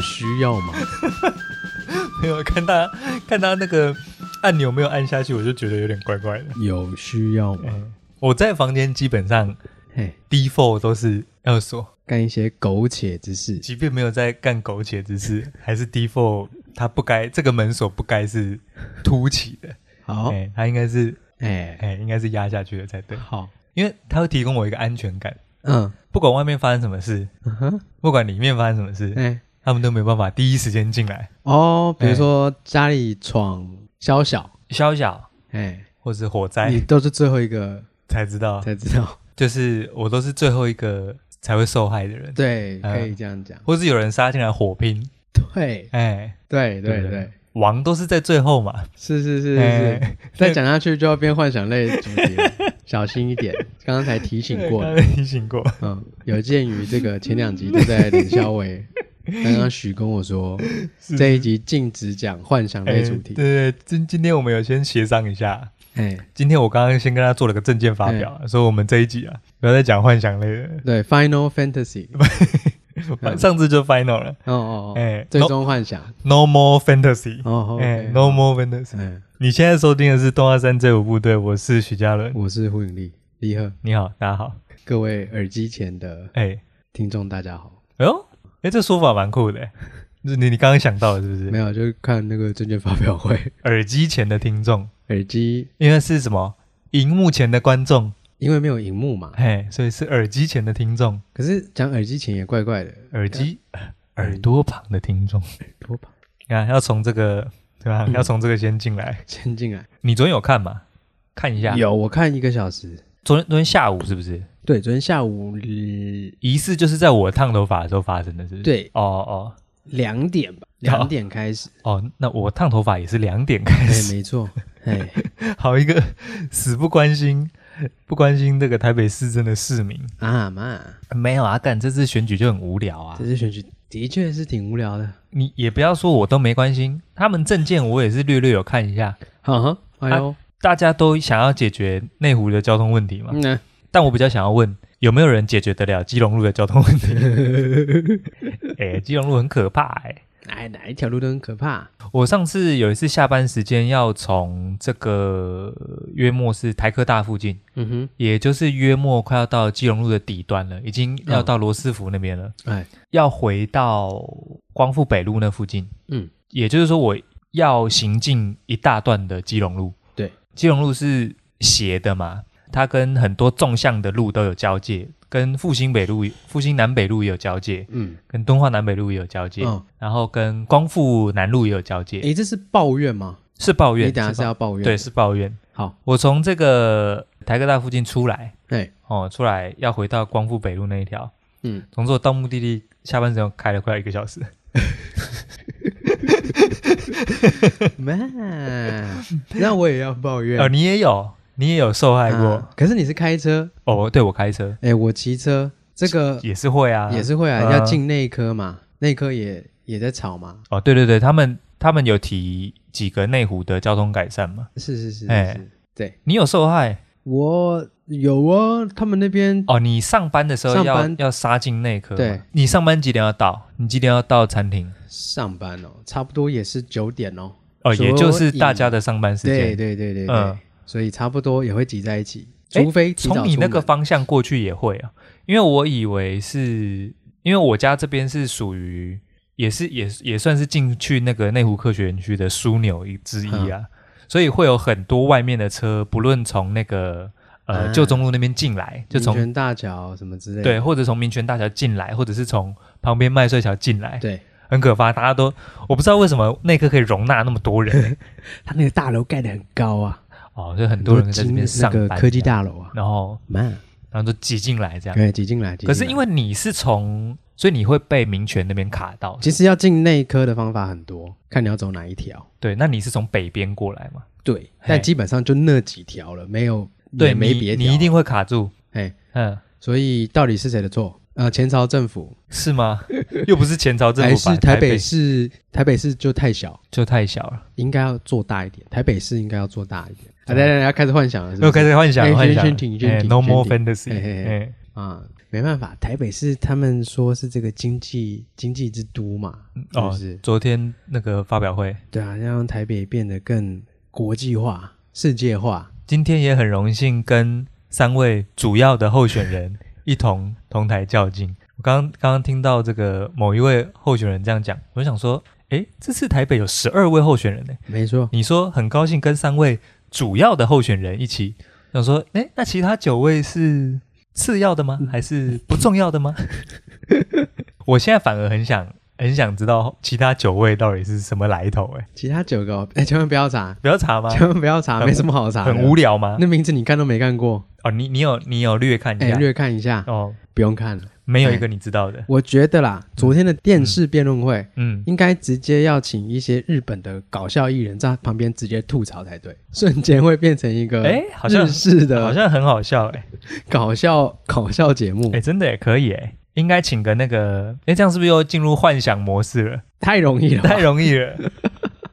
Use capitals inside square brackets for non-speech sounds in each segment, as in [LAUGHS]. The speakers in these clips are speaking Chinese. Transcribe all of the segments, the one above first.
需要 [LAUGHS] 吗？没有看他看他那个按钮没有按下去，我就觉得有点怪怪的。有需要吗？嗯，我在房间基本上嘿， default 都是要锁，干一些苟且之事。即便没有在干苟且之事，还是 default 它不该这个门锁不该是凸起的，好，哎、它应该是哎，哎、应该是压下去的才对，好，因为它会提供我一个安全感，嗯，不管外面发生什么事，嗯哼，不管里面发生什么事，哎，他们都没办法第一时间进来。哦，比如哎说家里闯宵小，宵小哎，或是火你灾都是最后一个才知道，才知 [LAUGHS] 道，就是我都是最后一个才会受害的人，对，嗯可以这样讲，或是有人杀进来火拼，对，哎，对，对对，不对对，王都是在最后嘛，是是是是是，哎再讲下去就要变幻想类主题了，小心一 [LAUGHS] 点，刚刚才提醒过刚了，刚提 [LAUGHS] 醒过，嗯，有鉴于这个前两集都在冷笑 [LAUGHS] 伟，刚刚许跟我说这一集禁止讲幻想类主哎对题，对，对今今天我们有先协商一下。哎，今天我刚刚先跟他做了个证件发表，说我们这一集啊，不要再讲幻想类的，对，Final [LAUGHS] Fantasy，嗯上次就 final 了，哦哦哦，哎最，no 终幻想， no more fantasy，哦哎，OK， ，no more fantasy。嗯，你现在收听的是《动画三这五部队》，我是许嘉伦，我是胡永丽，立贺，你好，大家好，各位耳机前的哎，听众大家好，哎呦，哎，这说法蛮酷的，就是你你刚刚想到的是不是没？有就是看那个证券发表会， [LAUGHS] 耳机前的听众，耳机因为是什么？荧幕前的观众，因为没有荧幕嘛，嘿，所以是耳机前的听众，可是讲耳机前也怪怪的，耳机耳朵旁的听众。多吧，你看，要从这个对吧？要从这个先进来。先进来，你昨天有看吗？看一下。有我看一个小时，昨天昨天下午是不是？对，昨天下午呃疑似就是在我烫头发的时候发生的，是不是？。对哦哦两点 [LAUGHS] 吧，两点开始，哦，那我烫头发也是两点开哎，始。没错，哎，好一个死不关心，不关心这个台北市政的市民。啊妈，没有啊，干这次选举就很无聊啊这。次选举的确是挺无聊的，你也不要说我都没关心，他们证件我也是略略有看一下。哈哈，哎呦，大家都想要解决内湖的交通问题嘛，嗯啊但我比较想要问，有没有人解决得了基隆路的交通问题？ [LAUGHS] 哎、基隆路很可怕哎、哎，哪一条路都很可怕。我上次有一次下班时间要从这个约莫是台科大附近，嗯哼，也就是约莫快要到基隆路的底端了，已经要到罗斯福那边了，哎，要回到光复北路那附近。嗯，也就是说我要行进一大段的基隆路。对，基隆路是斜的嘛，它跟很多纵向的路都有交界，跟复兴北路、复兴南北路也有交界，嗯，跟敦化南北路也有交界，嗯然后跟光复南路也有交界。哎，这是抱怨吗？是抱怨，你等下是是抱要抱怨？对，，是抱怨。好，我从这个台科大附近出来，哎，哦，出来要回到光复北路那一条，嗯，总之我到目的地下班时间开了快要一个小时，妈，那我也要抱怨哦，。你也有，你也有受害过，啊可是你是开车，哦，对我开车哎，我骑车，这个也是会啊，也是会啊，呃要进内科嘛，内科也也在吵嘛，哦，对对对，他们他们有提几个内湖的交通改善嘛？是是是哎是是，对你有受害我有哦，他们那边哦？你上班的时候上要班要杀进内科，对，你上班几点要到？你几点要到餐厅？上班哦，差不多也是九点哦，哦，所以也就是大家的上班时对间。对对对嗯对，所以差不多也会挤在一起，哎除非提早从你出那个门方向过去也会啊，因为我以为是，因为我家这边是属于，也是也也算是进去那个内湖科学园区的枢纽一之一啊，所以会有很多外面的车，不论从那个呃啊旧中路那边进来，就民从权大桥什么之类的，对，或者从民权大桥进来，或者是从旁边麦穗桥进来，对，很可怕。大家都我不知道为什么内科可以容纳那么多人他那个大楼盖得很高啊，哦，就很多人在这经边上班，那个科技，大楼啊，然后慢，然后就挤进来这样。对，挤进来。挤进可来是因为你是从，所以你会被民权那边卡到，其实要进内科的方法很多，看你要走哪一条。对，那你是从北边过来嘛？对，嘿但基本上就那几条了，没有对，也没你别条啊你一定会卡住，哎，嗯，所以到底是谁的错？呃，前朝政府 [LAUGHS] 是吗？又不是前朝政还府把是台北北市？台北市就太小，就太小了，应该要做大一点。台北市应该要做大一点。啊，对来来来，要开始幻想了，是不是又开始幻想哎幻先想先停先哎停，No more 先 fantasy，哎哎哎啊、没办法，台北市他们说是这个经济经济之都嘛，是不是？哦，昨天那个发表会，对啊，让台北变得更国际化、世界化。今天也很荣幸跟三位主要的候选人一同同台较劲。我刚刚刚听到这个某一位候选人这样讲，我就想说，诶，这次台北有十二位候选人呢。没错，你说很高兴跟三位主要的候选人一起，想说，诶，那其他九位是次要的吗？嗯还是不重要的吗？ [LAUGHS] 我现在反而很想很想知道其他九位到底是什么来头，诶，其他九个哦，哎、千万不要查，不要查吗？千万不要查，很没什么好查的，很无聊吗？那名字你看都没看过，哦，你你有你有略看一哎、下、略哎看一下，哦，不用看了。没有一个你知道的，我觉得啦，昨天的电视辩论会。嗯，应该直接要请一些日本的搞笑艺人在旁边直接吐槽才 [LAUGHS] 对，瞬间会变成一个哎、好像日式好的像很好笑哎、搞笑搞笑节目哎、，真的也可以哎、应该请个那个，哎，这样是不是又进入幻想模式了？太容易了吧。 [LAUGHS] 太容易了。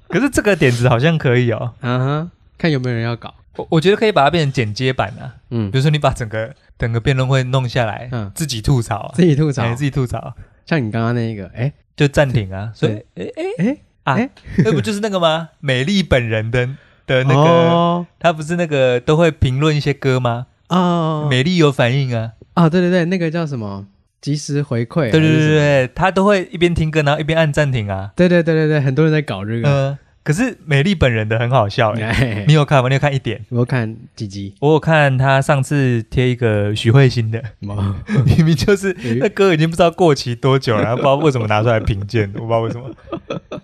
可是这个点子好像可以哦，啊哈，看有没有人要搞。我我觉得可以把它变成剪接版啊，嗯比，如说你把整个整个辩论会弄下来，嗯自己吐槽啊，自己吐槽哎，自己吐槽像你刚刚那一个，哎就暂停啊，所以哎哎哎啊哎，那不就是那个 [LAUGHS] 吗？美丽本人的的呃那个，哦他不是那个都会评论一些歌吗？哦美丽有反应啊，哦，对对对，那个叫什么？及时回馈啊，对还对对是什么对，他都会一边听歌，然后一边按暂停啊。对对对对对，很多人在搞这个。嗯，可是美丽本人的很好笑、欸， [LAUGHS] 哎你有看吗？你有看一点？我看几 [LAUGHS] 集，我有看他上次贴一个许慧欣的，哦 [LAUGHS] 明明就是诶 [LAUGHS] 那歌已经不知道过期多久了，然后不知道为什么拿出来评鉴， [LAUGHS] 我不知道为什么。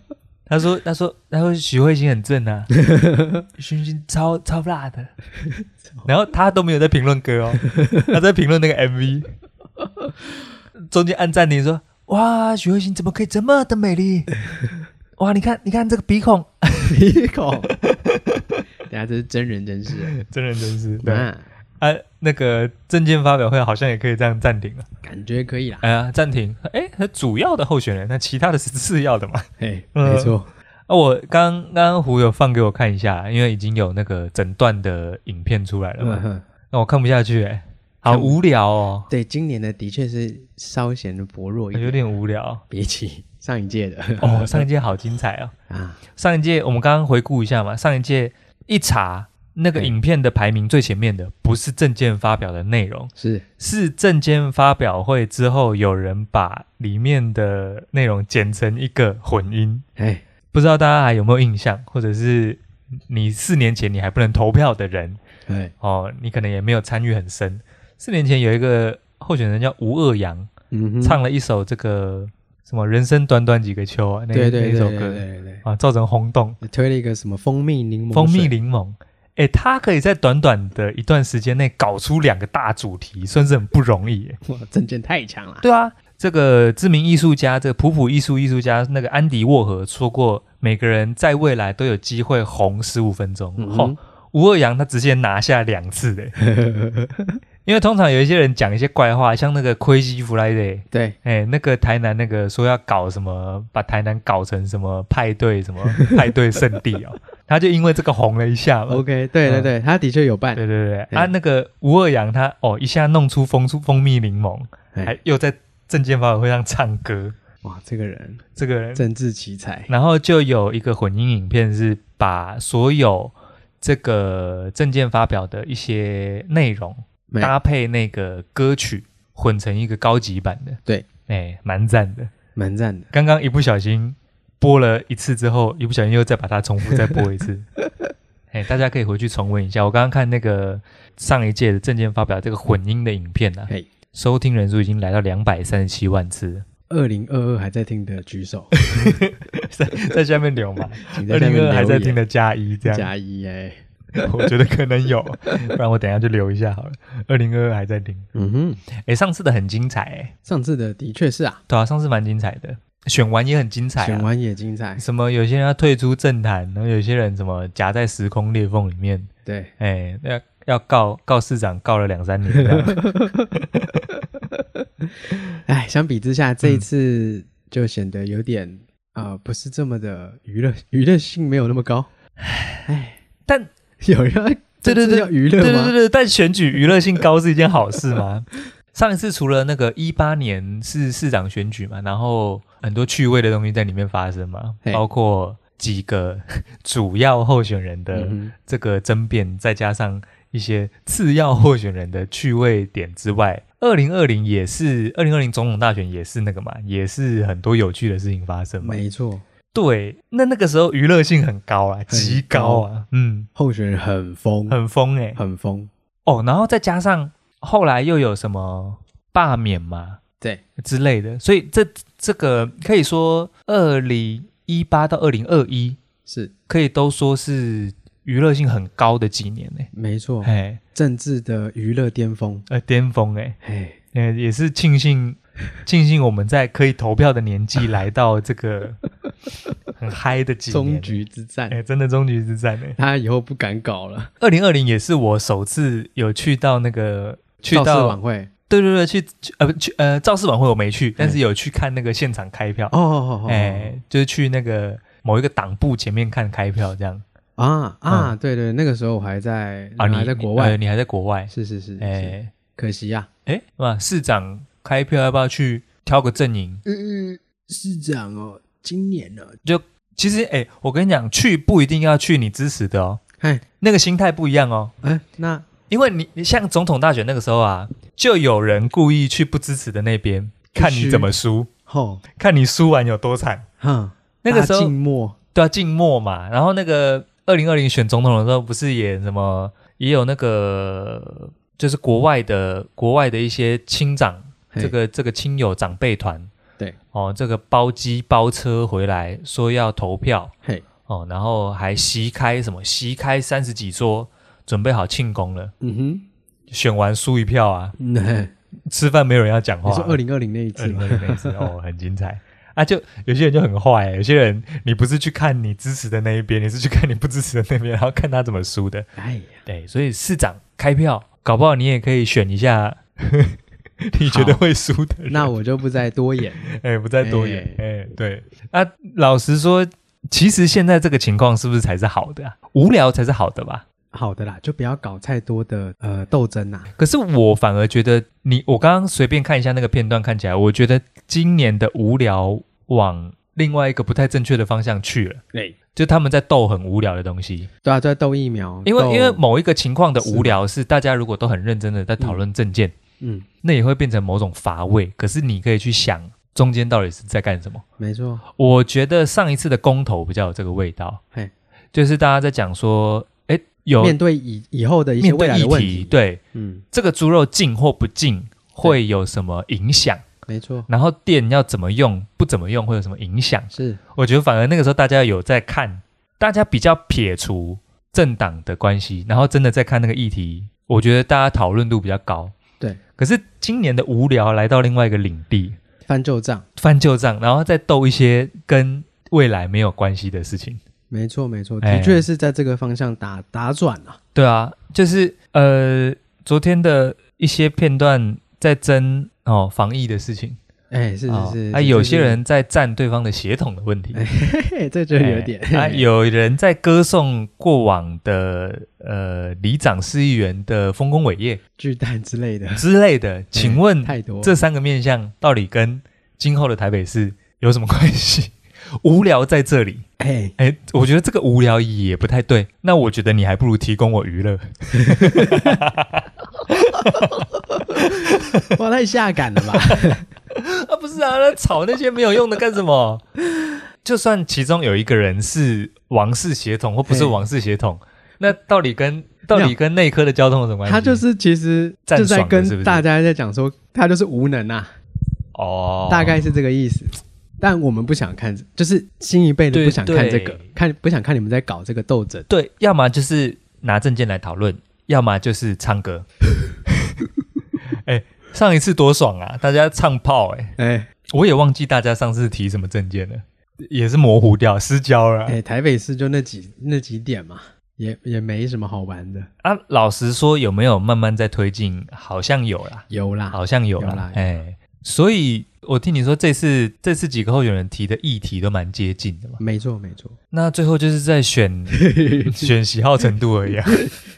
他说：“他说，他说许慧欣很正 [LAUGHS] 啊，许慧欣超超辣的。然后他都没有在评论 [LAUGHS] 歌哦，他在评论那个 MV。中间按暂停说：哇，许慧欣怎么可以这么的美丽？哇，你看，你看这个鼻孔，鼻孔。 [LAUGHS] 等下这是真人真事， [LAUGHS] 真人真是对啊。啊，那个证件发表会好像也可以这样暂停啊。”感觉可以啦。哎呀，暂停。哎，他主要的候选人，那其他的是次要的嘛？哎，嗯没错，啊，我刚刚刚胡有放给我看一下，因为已经有那个整段的影片出来了嘛嗯，哼，那、我看不下去、哎，好看不无聊哦，对，今年的的确是稍显的薄弱一有点，点无聊。比起上一届的 [LAUGHS] 哦，上一届好精彩哦，啊，上一届我们刚刚回顾一下嘛，上一届一查那个对影片的排名最前面的不是证件发表的内容，是是证件发表会之后有人把里面的内容剪成一个混音。哎，不知道大家还有没有印象，或者是你四年前你还不能投票的人哎，哦，你可能也没有参与很深。四年前有一个候选人叫吴恶阳，嗯哼，唱了一首这个什么“人生短短几个秋”啊，那对对那一对首对对歌对对，啊，造成轰动，推了一个什么蜂蜜柠檬蜂水蜜柠檬。诶，他可以在短短的一段时间内搞出两个大主题，算是很不容易耶。哇，证件太强了。对啊，这个知名艺术家，这个普普艺术艺术家那个安迪沃荷说过，每个人在未来都有机会红十五分钟。嗯吼、哼吴二阳他直接拿下两次的， [LAUGHS] 因为通常有一些人讲一些怪话，像那个 Crazy Friday，对，哎，那个台南那个说要搞什么，把台南搞成什么派对什么派对圣地 [LAUGHS] 哦，他就因为这个红了一下嘛。 OK，对对对，他的确有办，嗯对对对，嗯啊，那个吴二阳他哦一下弄出蜂出蜂蜜柠檬，哎还又在证件发表会上唱歌，哇，这个人这个人，政治奇才，然后就有一个混音影片是把所有这个证件发表的一些内容没搭配那个歌曲混成一个高级版的，对，哎，蛮赞的。蛮赞的。刚刚一不小心播了一次之后，一不小心又再把它重复再播 [LAUGHS] 一次。哎，大家可以回去重温一下。我刚刚看那个上一届的证件发表这个混音的影片啊嘿，收听人数已经来到两百三十七万次 [LAUGHS] 了，二零二二还在听的举手，在在下面留嘛。请 [LAUGHS] 二在下零面二还在留听言的加一这样，加一哎， [LAUGHS] 我觉得可能有，不然我等一下就留一下好了。二零二二还在听，嗯哼，哎，上次的很精彩哎，上次的的确是啊，对啊，上次蛮精彩的，选完也很精彩选啊。完也精彩，什么有些人要退出政坛，然后有些人什么夹在时空裂缝里面，对，哎，要要告告市长告了两三年这样，哎，相比之下，嗯这一次就显得有点啊，不是这么的娱乐娱乐性没有那么高，哎，但有人对对 [LAUGHS] 对这是要娱乐对对对吗？对，但选举娱乐性高是一件好事吗？ [LAUGHS] 上一次除了那个一八年是市长选举嘛，然后很多趣味的东西在里面发生嘛，嘿包括几个 [LAUGHS] 主要候选人的嗯哼这个争辩，再加上一些次要候选人的趣味点之外，二零二零也是二零二零总统大选也是那个嘛，也是很多有趣的事情发生嘛。没错，对，那那个时候娱乐性很高啊，极高啊，嗯，候选人很疯，很疯哎、很疯，哦，然后再加上后来又有什么罢免嘛对，之类的，所以这这个可以说二零一八到二零二一是可以都说是娱乐性很高的几年呢、没错，哎，政治的娱乐巅峰，呃，巅峰哎、哎，呃，也是庆幸庆幸我们在可以投票的年纪来到这 [LAUGHS] 个很嗨的几年 [LAUGHS] 终欸，局之战哎、，真的终局之战哎、他以后不敢搞了，二零二零也是我首次有去到那个去造势到晚会，对对对，去去呃不去呃造势晚会我没去，但是有去看那个现场开票嗯哦，哦哦，哎、就是去那个某一个党部前面看开票这样哦啊啊，对对，那个时候我还在，嗯啊，人你还在国呃外，你还在国外，是是是，是哎可惜啊呀，哎，哇，市长开票要不要去挑个阵营？嗯，市长哦，今年呢，其实哎，我跟你讲，去不一定要去你支持的哦，哎那个心态不一样哦，哎，那因为你你像总统大选那个时候啊，就有人故意去不支持的那边看你怎么输，吼，看你输完有多惨。哼，那个大时候静默，对啊，静默嘛。然后那个二零二零选总统的时候，不是也什么也有那个就是国外的国外的一些亲长，嘿这个这个亲友长辈团，对哦，这个包机包车回来说要投票嘿，哦，然后还席开什么席开三十几桌，准备好庆功了，嗯哼，选完输一票啊，嗯嘿，吃饭没有人要讲话你说啊，二零二零那一二次零吗二？零那一次哦，很精彩。啊，就有些人就很坏、欸，有些人你不是去看你支持的那一边，你是去看你不支持的那边，然后看他怎么输的。哎呀，对，所以市长开票，搞不好你也可以选一下 [LAUGHS] 你觉得会输的人。那我就不再多演了，哎、不再多言。哎、对。啊，老实说，其实现在这个情况是不是才是好的啊？无聊才是好的吧？ [LAUGHS] 好的啦，就不要搞太多的呃斗争啦。可是我反而觉得你，我刚刚随便看一下那个片段，看起来我觉得今年的无聊往另外一个不太正确的方向去了，对，就他们在斗很无聊的东西，对啊，就在斗疫苗，因为斗因为某一个情况的无聊是大家如果都很认真的在讨论政见，嗯，那也会变成某种乏味。可是你可以去想中间到底是在干什么。没错，我觉得上一次的公投比较有这个味道嘿，就是大家在讲说，哎，有面对以以后的一些面未对来议的问题，题，，对，嗯，这个猪肉进或不进会有什么影响？没错，然后电要怎么用，不怎么用会有什么影响？是我觉得反而那个时候大家有在看，大家比较撇除政党的关系，然后真的在看那个议题，我觉得大家讨论度比较高。对，可是今年的无聊来到另外一个领地，翻旧账，翻旧账，然后再斗一些跟未来没有关系的事情。没错没错，哎的确是在这个方向打打转啊。对啊，就是呃，昨天的一些片段在争哦防疫的事情。哎，是啊，是是，啊，这有就是些人在站对方的血统的问题，哎嘿嘿这就有点哎啊，有人在歌颂过往的呃里长、市议员的丰功伟业 [LAUGHS] 巨蛋之类的，之类的。请问哎太多这三个面向到底跟今后的台北市有什么关系？无聊在这里，哎，哎，我觉得这个无聊也不太对。那我觉得你还不如提供我娱乐。哇，太下感 [LAUGHS] 了吧？啊，不是啊，那吵那些没有用的干什么？就算其中有一个人是王室血统或不是嘿王室血统，那到底跟到底跟内科的交通有什么关系？他就是其实赞就爽的在是不跟是大家在讲说，他就是无能啊，哦，大概是这个意思。但我们不想看，就是新一辈的对不想看这个对，看不想看你们在搞这个斗争。对，要么就是拿证件来讨论，要么就是唱歌。哎、上一次多爽啊！大家唱炮哎、哎我也忘记大家上次提什么证件了，也是模糊掉失焦了啊、哎，台北市就那几那几点嘛，也也没什么好玩的。啊。老实说，有没有慢慢在推进？好像有啦。有啦，好像有有啦啦，有哎、所以我听你说这次这次几个候选人提的议题都蛮接近的嘛，没错没错，那最后就是在 [LAUGHS] 选选喜好程度而已、啊，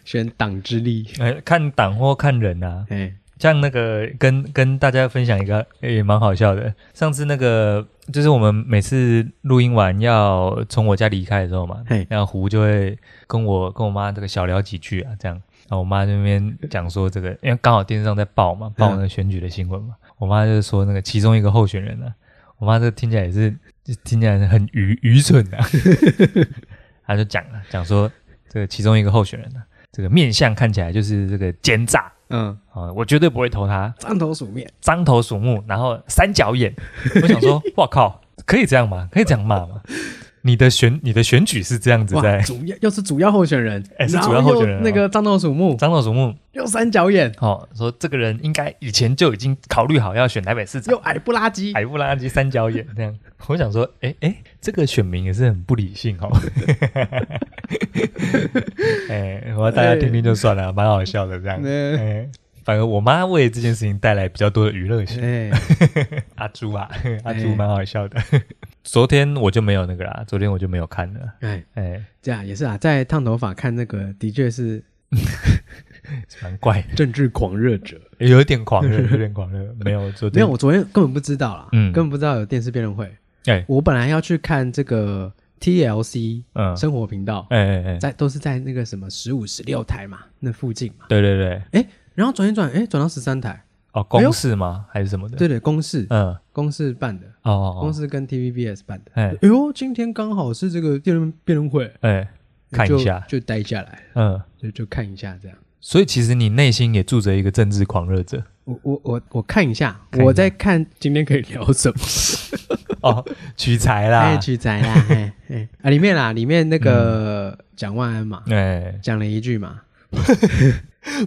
选党之力。哎看党或看人啊。哎，像那个跟跟大家分享一个诶也蛮好笑的，上次那个就是我们每次录音完要从我家离开的时候嘛嘿，然后胡就会跟我跟我妈这个小聊几句啊，这样，然后我妈就那边讲说这个，因为刚好电视上在报嘛，报那个选举的新闻嘛，我妈就说那个其中一个候选人啊，我妈这听起来也是就听起来很愚愚蠢啊， [LAUGHS] 她就讲了讲说这个其中一个候选人啊，这个面相看起来就是这个奸诈。嗯，啊、我绝对不会投他，獐头鼠面，獐头鼠目，然后三角眼。我想说， [LAUGHS] 哇靠，可以这样吗？可以这样骂吗？你的选你的选举是这样子哇，在主要又是主要候选人，哎是然后主要候选又人哦那个獐头鼠目，獐头鼠目，又三角眼，哦，说这个人应该以前就已经考虑好要选台北市又长，矮不拉几，矮不拉几三角眼这样。我想说，哎哎，这个选民也是很不理性哦。 [LAUGHS] 哎，我要大家听听就算哎了，蛮好笑的这样。嗯哎，反而我妈为这件事情带来比较多的娱乐性。哎，阿朱啊，阿哎朱蛮好笑的。昨天我就没有那个啦，昨天我就没有看了。哎，哎，这样也是啊，在烫头发看那个的确是蛮怪，政治狂热者，有点狂热，有点狂热。没有，昨没天有，我昨天根本不知道啦，嗯根本不知道有电视辩论会，哎，我本来要去看这个 TLC 嗯，生活频道，哎哎哎，在都是在那个什么十五、十六台嘛，那附近嘛。对对对，哎，然后转一转，哎，转到十三台，哦，哎呦公式吗？还是什么的？对对，公视嗯，公视办的，哦哦，公视跟 TVBS 办的。哎哎呦，今天刚好是这个辩论辩论会，哎，看就一下，就待下来，嗯。就就看一下这样。所以其实你内心也住着一个政治狂 [LAUGHS] 热者我我我我看一下，看一下我在看今天可以聊什么。 [LAUGHS] 哦，取材哎，啦，取材啦，哎哎啊，里面啦，里面那个嗯蒋万安嘛，哎，讲了一句嘛， [CLEARS THROAT]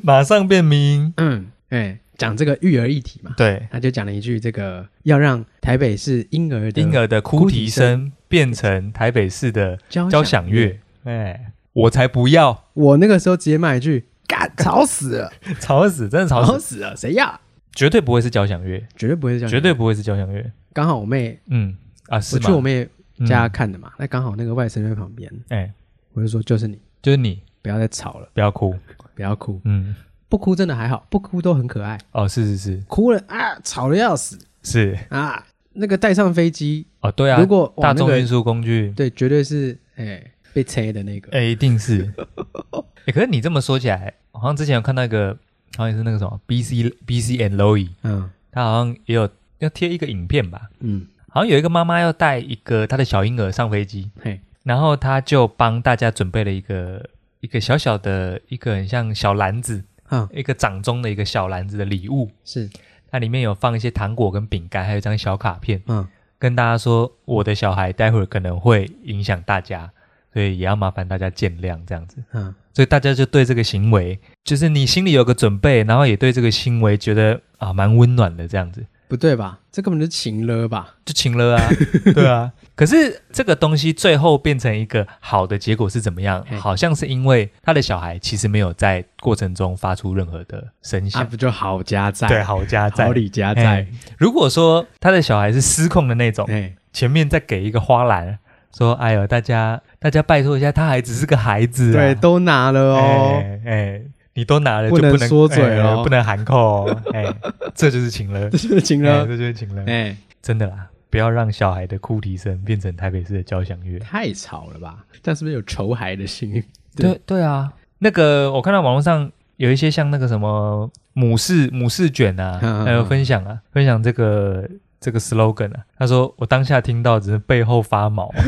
马上变名，嗯，哎，讲这个育儿议题嘛，对，他就讲了一句这个要让台北市婴儿的婴儿的哭哭啼啼声变成台北市的交交响乐，哎，我才不要，我那个时候直接骂一句：“干，吵死了，吵死，真的 [LAUGHS] 吵吵死死，了，谁要？绝对不会是交响乐，绝对不会这样。”绝对不会是交响乐。刚好我妹，嗯啊，我是去我吗？妹家嗯看的嘛，那刚好那个外甥在旁边，哎、我就说：“就是你，就是你不要再吵了，不要哭。不要哭，嗯，不哭真的还好，不哭都很可爱，哦，是是是哭了啊，吵的要死是，啊。”那个带上飞机，哦，对啊，如果哇大那众个运输 [LAUGHS] 工具，对，绝对是哎、被拆的那个，哎、一定是。 [LAUGHS] 哎、可是你这么说起来，好像之前有看到一个，好像也是那个什么 B C B C and Loy，嗯他好像也有要贴一个影片吧，嗯，好像有一个妈妈要带一个她的小婴儿上飞机，嘿，然后他就帮大家准备了一个一个小小的一个很像小篮子，啊一个掌中的一个小篮子的礼物，是，那里面有放一些糖果跟饼干，还有一张小卡片，嗯跟大家说我的小孩待会儿可能会影响大家，所以也要麻烦大家见谅这样子。嗯所以大家就对这个行为，就是你心里有个准备，然后也对这个行为觉得啊蛮温暖的这样子，不对吧？这根本就情了吧？就请 [LAUGHS] 了啊，对啊。可是这个东西最后变成一个好的结果是怎么样嘿？好像是因为他的小孩其实没有在过程中发出任何的声响啊，，不就好家在，对，好家在哎好。李家嘿在，如果说他的小孩是失控的那种，哎，前面再给一个花篮，说：“哎呦，大家大家拜托一下，他还只是个孩子、啊。”对，都拿了哦，哎、哎你都拿了不就能不能说嘴哎哦不能含扣哦。 [LAUGHS] 哎，这就是情了，这就是情哎了，这就是情了。哎，真的啦，不要让小孩的哭啼声变成台北市的交响乐。太吵了吧？这样是不是有仇孩的心？ [LAUGHS] 对对对啊，那个我看到网络上有一些像那个什么母氏母氏卷啊，嗯还有分享啊，分享这个这个 slogan 啊，他说我当下听到只是背后发毛， [LAUGHS]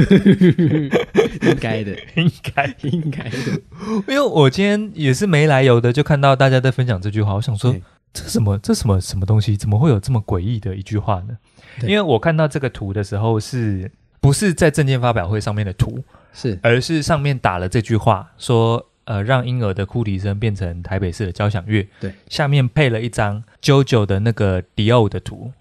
应该的，应该， [LAUGHS] 应该的， [LAUGHS] 因为我今天也是没来由的就看到大家在分享这句话，我想说对。这什么？这什么什么东西？怎么会有这么诡异的一句话呢？因对为我看到这个图的时候是不是在证件发表会上面的图，是而是上面打了这句话，说呃让婴儿的哭啼声变成台北市的交响乐。对，下面配了一张 JoJo 的那个迪奥的图，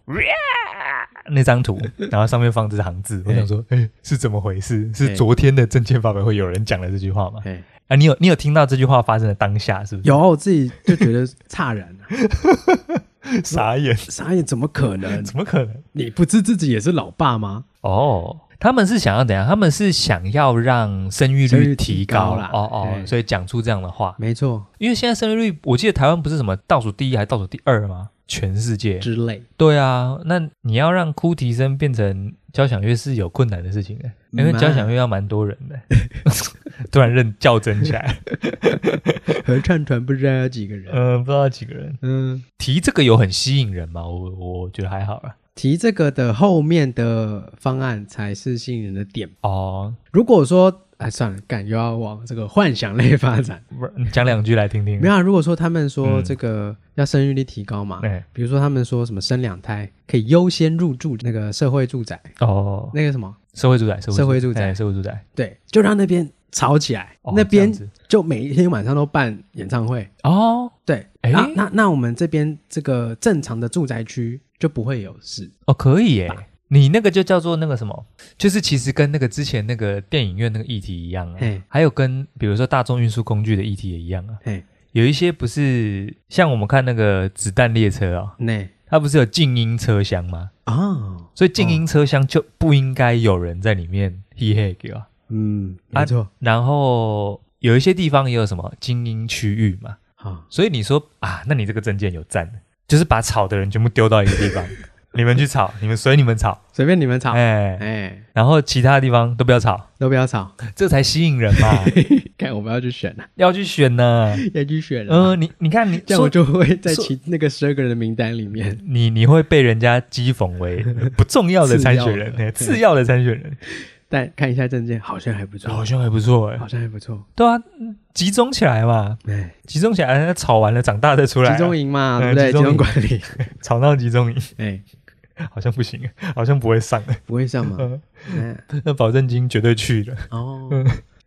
那 [LAUGHS] 张图，然后上面放这行字。我想说，哎、是怎么回事？是哎昨天的证券发表会有人讲了这句话吗？哎，啊，你有你有听到这句话发生的当下是不是？有啊我自己就觉得诧然啊， [LAUGHS] 傻眼，傻眼，怎么可能？怎么可能？你不知自己也是老爸吗？哦，他们是想要怎样？他们是想要让生育生育率提提高高啦哦哦，对所以讲出这样的话。没错因为现在生育率，我记得台湾不是什么倒数第一还是倒数第二吗？全世界之类。对啊，那你要让哭啼声变成交响乐是有困难的事情的，欸因为嗯啊交响乐要蛮多人的。 [LAUGHS] 突然认较真 [LAUGHS] 起来，合唱团不知道有几个人。嗯、不知道几个人嗯，提这个有很吸引人吗？我我觉得还好啦。提这个的后面的方案才是吸引人的点。哦，如果说，哎，算了，干又要往这个幻想类发展。不然讲两句来听听。没有、啊，如果说他们说嗯这个要生育率提高嘛，哎、比如说他们说什么生两胎可以优先入住那个社会住宅，哦，那个什么，社会住宅，社会住住宅哎社会住宅。对，就让那边吵起来，哦那这边样子就每一天晚上都办演唱会。哦对，哎那那那我们这边这个正常的住宅区就不会有事。哦，可以耶。啊你那个就叫做那个什么，就是其实跟那个之前那个电影院那个议题一样啊嘿，还有跟比如说大众运输工具的议题也一样啊。嘿，有一些不是像我们看那个子弹列车哦，那它不是有静音车厢吗？哦，所以静音车厢就不应该有人在里面嘿嘿给啊。嗯，没错，然后有一些地方也有什么精英区域嘛，好、所以你说啊，那你这个证件有赞，就是把吵的人全部丢到一个地 [LAUGHS] 方，你们去吵，你们随你们吵，随便你们吵，哎、哎、然后其他地方都不要吵，都不要 [LAUGHS] 吵，这才吸引人嘛，看我们要去选了， [LAUGHS] 要去选啊 [LAUGHS] 呢。 [LAUGHS] 要去选了。嗯、你你看你这样我说就会在说其那个十二个人的名单里 [LAUGHS] 面，你你会被人家讥讽为 [LAUGHS] 不重要的参选人，次要的哎次要的参选人，但看一下证件，好像还不错， [LAUGHS] 好像还不错哎好。像还不错。对啊，嗯集中起来嘛，哎，集中起来，吵完了长大再出来啊、集中营嘛，对哎不对？集集中中营管 [LAUGHS] 理，吵闹集中营， [LAUGHS] 哎，好像不行，好像不会上。 [LAUGHS] 不会上嘛？嗯，哎，那保证金绝对去了。哦，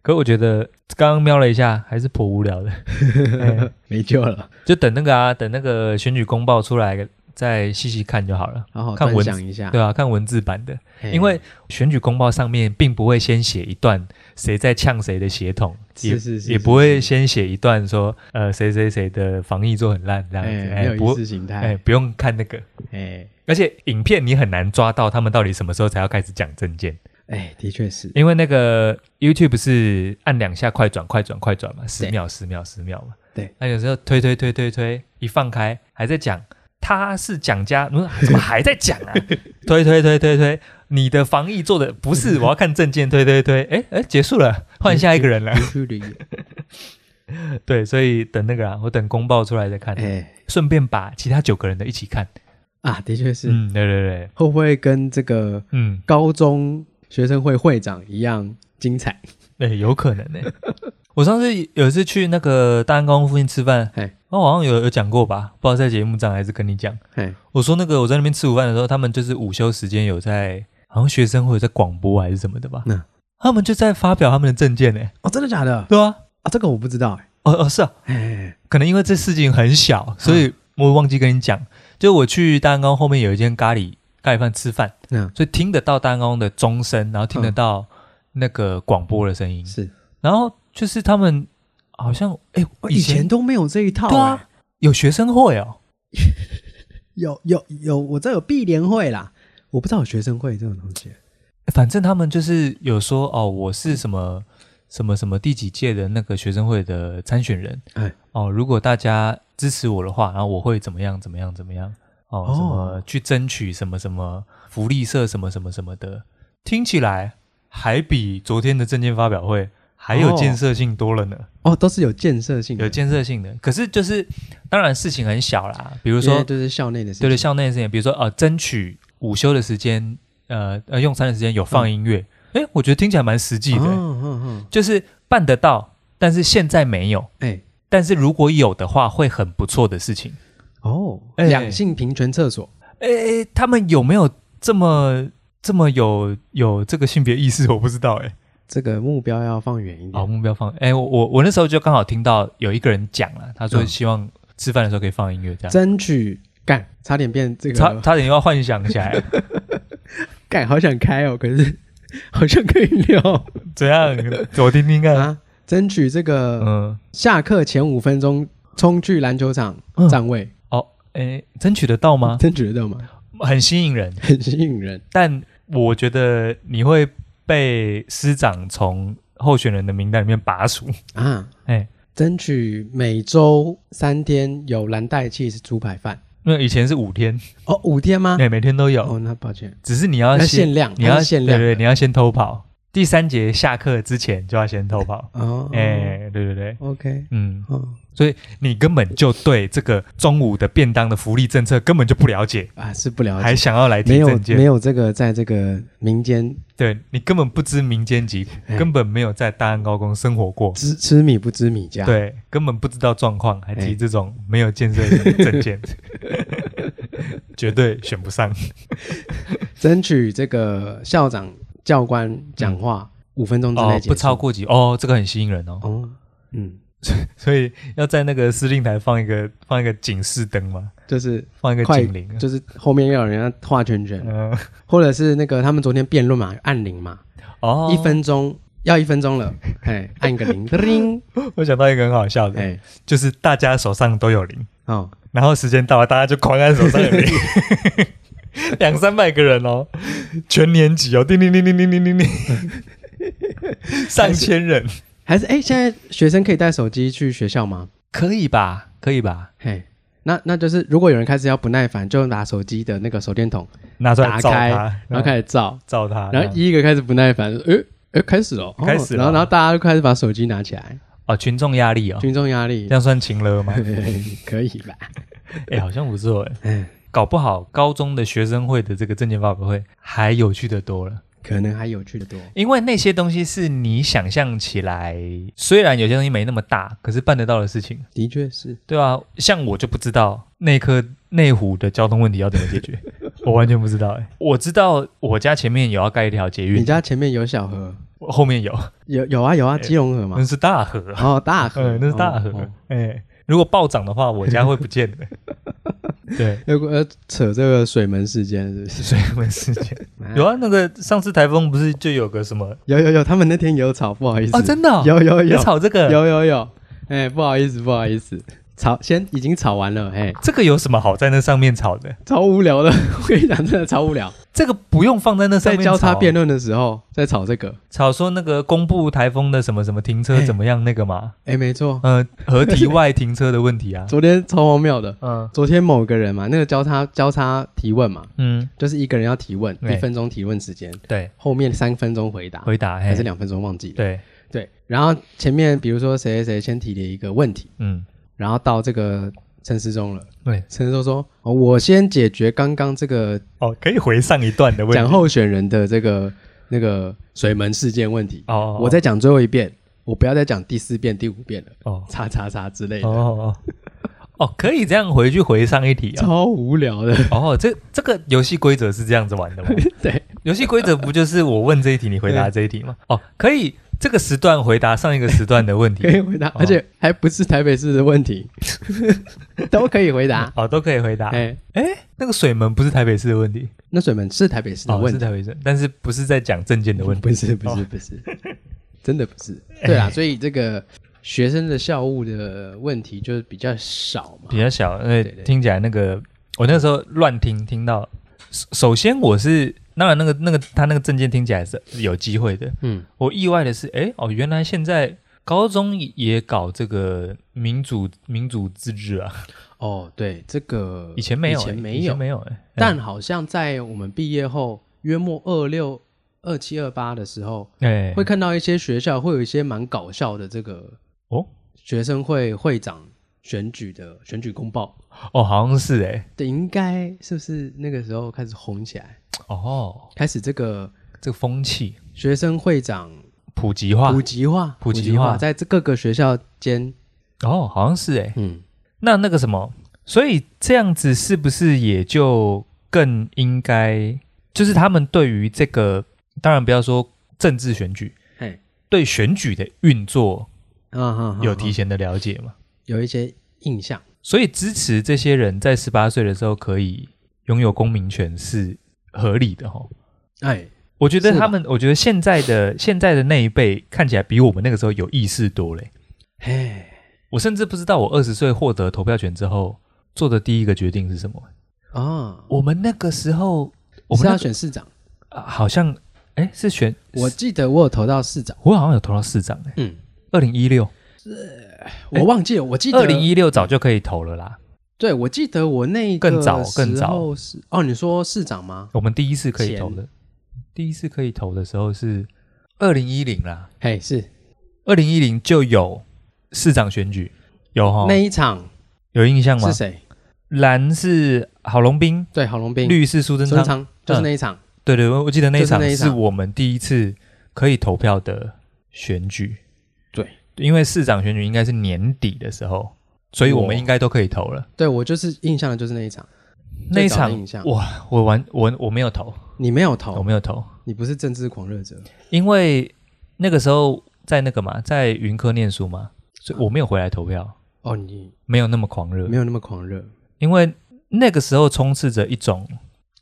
可我觉得刚刚瞄了一下，还是颇无聊 [LAUGHS] 的。 [LAUGHS] 哎没救了，就等那个啊，等那个选举公报出来，再细细看就好了。好好看端文详一下，对啊，看文字版的，哎因为选举公报上面并不会先写一段谁在呛谁的血统，是也是是也不会先写一段说呃谁谁谁的防疫做很烂这样哎子，没有不意识形哎态，不用看那个，哎而且影片你很难抓到他们到底什么时候才要开始讲证件，哎，的确是，因为那个 YouTube 是按两下快转、快转、快转嘛，十对秒、十秒、十秒嘛。对，那有时候推推推推推，一放开还在讲他是蒋家，嗯怎么还在讲啊？推推推推推，你的防疫做的不是，我要看证件，推推推，哎哎，结束了，换下一个人了。的确的，对，所以等那个啊，我等公报出来再看，哎顺便把其他九个人的一起看。啊，的确是，嗯，对对对，会不会跟这个嗯，高中学生会会长一样精彩？对，哎有可能呢、我上次有一次去那个大安高工附近吃饭嘿，我好像有有讲过吧，不知道在节目上还是跟你讲。哎，我说那个我在那边吃午饭的时候，他们就是午休时间有在，好像学生会有在广播还是什么的吧，嗯他们就在发表他们的证件呢、哦，真的假的？对啊，啊，这个我不知道哎。哦哦是啊，哎，可能因为这事情很小，所嗯以我忘记跟你讲，就我去大安高工后面有一间咖喱咖喱饭吃饭，嗯所以听得到大安高工的钟声，然后听得嗯到那个广播的声音，是然后就是他们好像哎、哦以以前前都没有这一套、对啊哎，有学生会哦，有有有，我这有碧联会啦，我不知道有学生会这种东西。哎反正他们就是有说嗯哦，我是什么什么什么第几届的那个学生会的参选人，哎哦，如果大家支持我的话，然后我会怎么样怎么样怎么样哦，哦什么去争取什么什么福利社什么什么什么的，听起来还比昨天的证件发表会还有哦建设性多了呢，哦，都是有建设性的，有建设性的。可是就是当然事情很小啦，比如比说就是校内的事情，对对，校内的事情，比如说呃，争取午休的时间，呃呃，用餐的时间有放音乐，哎、我觉得听起来蛮实际的、嗯嗯嗯，就是办得到，但是现在没有，哎但是如果有的话，会很不错的事情。哦，哎两性平权厕所，哎，他们有没有这么这么有有这个性别意识？我不知道哎、这个目标要放远一好，点。目标放哎，我我我那时候就刚好听到有一个人讲了，他说嗯希望吃饭的时候可以放音乐这样。争取干，差点变这差个差点又要幻想起来， [LAUGHS] 干，好想开哦，可是 [LAUGHS] 好像可以聊怎样？我听听看。啊。争取这个嗯，下课前五分钟冲去篮球场嗯站位，哎，争取得到吗？嗯争取得到吗？很吸引人，很吸引人。但我觉得你会被师长从候选人的名单里面拔除。啊，哎，争取每周三天有蓝带气是猪排饭因为以前是五天，哦，五天吗？对，每天都有，哦，那抱歉，只是你要那先限量你它要是限量对对，的你要先偷跑。第三节下课之前就要先偷跑。哦，哎、对对对， o k 嗯，哦所以你根本就对这个中午的便当的福利政策根本就不了解，啊，是不了还解，想要来没提有证没件，有这个在这个民间对你根本不知民间疾苦，哎根本没有在大安高工生活过，知吃米不知米价，，对，根本不知道状况，还哎提这种没有建设的 [LAUGHS] 证件，绝对选不上。争取这个校长教官讲话五分钟之内哦，结束不超过几哦，这个很吸引人哦，哦，嗯，所以要在那个司令台放一个放一个警示灯嘛，就是放一个快警铃，就是后面要有人要画圈圈，嗯、或者是那个他们昨天辩论嘛，按铃嘛，哦，一，分钟要一分钟 [LAUGHS] 了，哎，按个铃，铃，哦我想到一个很好笑的，哎，就是大家手上都有铃，哦，然后时间到了，大家就狂按手上的铃， [LAUGHS] 两三百个人哦，全年级哦，叮叮叮叮叮 [LAUGHS] 叮叮叮，上千人，还是哎，现在学生可以带手机去学校吗？可以吧？可以吧？嘿，那那就是如果有人开始要不耐烦，就拿手机的那个手电筒，拿出来打照开他，嗯然后开始照，照他，然后一个开始不耐烦，诶诶，开始了，哦开始了然后然后大家就开始把手机拿起来，哦，群众压力哦，群众压力这，样算情了吗？ [LAUGHS] 可以吧？哎，好像不错哎。嗯，搞不好高中的学生会的这个证件发表会还有趣的多了，可能还有趣的多。因为那些东西是你想象起来，虽然有些东西没那么大，可是办得到的事情，的确是，对啊，像我就不知道内科内湖的交通问题要怎么解 [LAUGHS] 决，我完全不知道哎、我知道我家前面有要盖一条捷你运，家前面有小河，后 [LAUGHS] 面有，有有啊有啊，基隆河嘛哎那，是大河，哦，大河 [LAUGHS] 嗯，，那是大河哦。哦哎、如果暴涨的话，我家会不见 [LAUGHS] 的。对，要呃，扯这个水门事件是不是？水门事件 [LAUGHS] 有啊，那个上次台风不是就有个什么 [LAUGHS] 有有有，他们那天有吵，不好意思，哦，真的、哦、 [LAUGHS] 有有有有炒这个，有有有，哎，不好意思不好意思，吵先已经吵完了，哎，这个有什么好在那上面炒的？超无聊的， [LAUGHS] 我跟你讲，真的超无聊。这个不用放在那上在面交叉炒啊辩论的时候，在吵这个，炒说那个公布台风的什么什么停车哎怎么样那个 [LAUGHS] 嘛，哎，没错，呃，合体外停车的问题 [LAUGHS] 啊，昨天超荒谬的。嗯昨天某个人嘛，那个交叉交叉提问嘛，嗯，就是一个人要提问，哎一分钟提问时间，对，后面三分钟回答，回答还还是两分钟忘记了。对，对，然后前面比如说谁谁谁先提了一个问题，嗯然后到这个陈思忠了，对，陈思忠说、哦我先解决刚刚这个哦，可以回上一段的问题讲候选人的这个那个水门事件问题，哦哦，哦我再讲最后一遍，我不要再讲第四遍、第五遍了，哦叉叉叉之类哦的，哦哦，哦，可以这样回去回上一题啊。超无聊的。 [LAUGHS] 哦，这这个游戏规则是这样子玩的吗？对，游戏规则不就是我问这一题，你回答这一题吗？哦，可以这个时段回答上一个时段 [LAUGHS] 的问可以题，回答，而且还不是台北市的问 [LAUGHS] 题，都可以回答。哦，都可以回答。哎，那个水门不是台北市的问题，那水门是台北市的哦，问是题，台北市，但是不是在讲证件的问题？哦哎不是不是不是，真的不是。对啊，所以这个学生的校务的问题就是比较少嘛比。较小，呃对对，听起来那个我那时候乱听听到，首首先我是当然那个那个他那个证件听起来是有机会的，嗯，我意外的是，哎哦，原来现在高中也搞这个民主民主自 [LAUGHS] 治啊，哦，对，这个以前没有，以前诶没以有前，没有，诶但好像在我们毕业后，约莫二六、二七、二八的时候，哎会看到一些学校会有一些蛮搞笑的这个哦学生会会长选举的选举公报。哦，好像是哎，对，应该是不是那个时候开始红起来，哦，开始这个这个风气学生会长普及化普，及化，普及及化在这各个学校间，哦，好像是哎，嗯，那那个什么，所以这样子是不是也就更应该，就是他们对于这个，当然不要说政治选举，嘿，对选举的运作啊哈，有提提前的了解嘛？有一些印象，所以支持这些人在十八岁的时候可以拥有公民权是合理的哈。哎，我觉得是吧他们，我觉得现在的现在的那一辈看起来比我们那个时候有意识多嘞。嘿，我甚至不知道我二十岁获得投票权之后做的第一个决定是什么。啊，我们那个时候，我们是那要个选市长，啊好像哎是选我记得我有投到市长，我好像有投到市长哎、嗯，二零一六，我忘记了，我记得哎二零一六早就可以投了啦。对，我记得我那一个更早更时早候是哦，你说市长吗？我们第一次可以前投的，第一次可以投的时候是二零一零啦，嘿，是二零一零就有市长选举，有哈哦那，一场有印象吗是？谁？蓝是郝龙斌，对，郝龙斌、绿是苏贞孙昌，嗯昌，就是那一场。对对，我我记得那一场就是那一场是我们第一次可以投票的选举。对，因为市长选举应该是年底的时候，所以我们哇应该都可以投了。对我就是印象的就是那一场，那最一早的场印象哇，我完我我没有投，你没有我投，没有投，你不是政治狂热者，因为那个时候在那个嘛，在云科念书嘛，所以我没有回来投票，哦，你没有那么狂热没，有那么狂热，因为那个时候充斥着一种，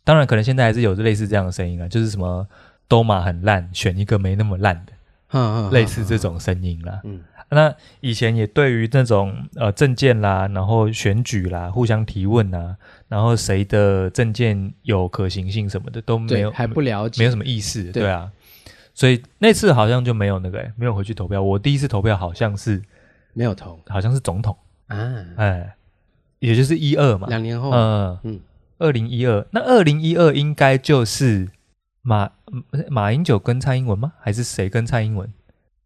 当然可能现在还是有类似这样的声音啊，就是什么都马很烂，选一个没那么烂的，哈类似这，种声音啦。嗯那以前也对于那种呃政见啦，然后选举啦，互相提问啊，然后谁的政见有可行性什么的都没对，有，还不了没解，有什么意识，对对啊。所以那次好像就没有那个、欸，没有回去投票。我第一次投票好像是没有投好像是总统，啊，哎，也就是一二嘛，两年后， [LAUGHS] 嗯嗯嗯，二零一二，那二零一二应该就是马嗯马英九跟蔡英文吗？还是谁跟蔡英文？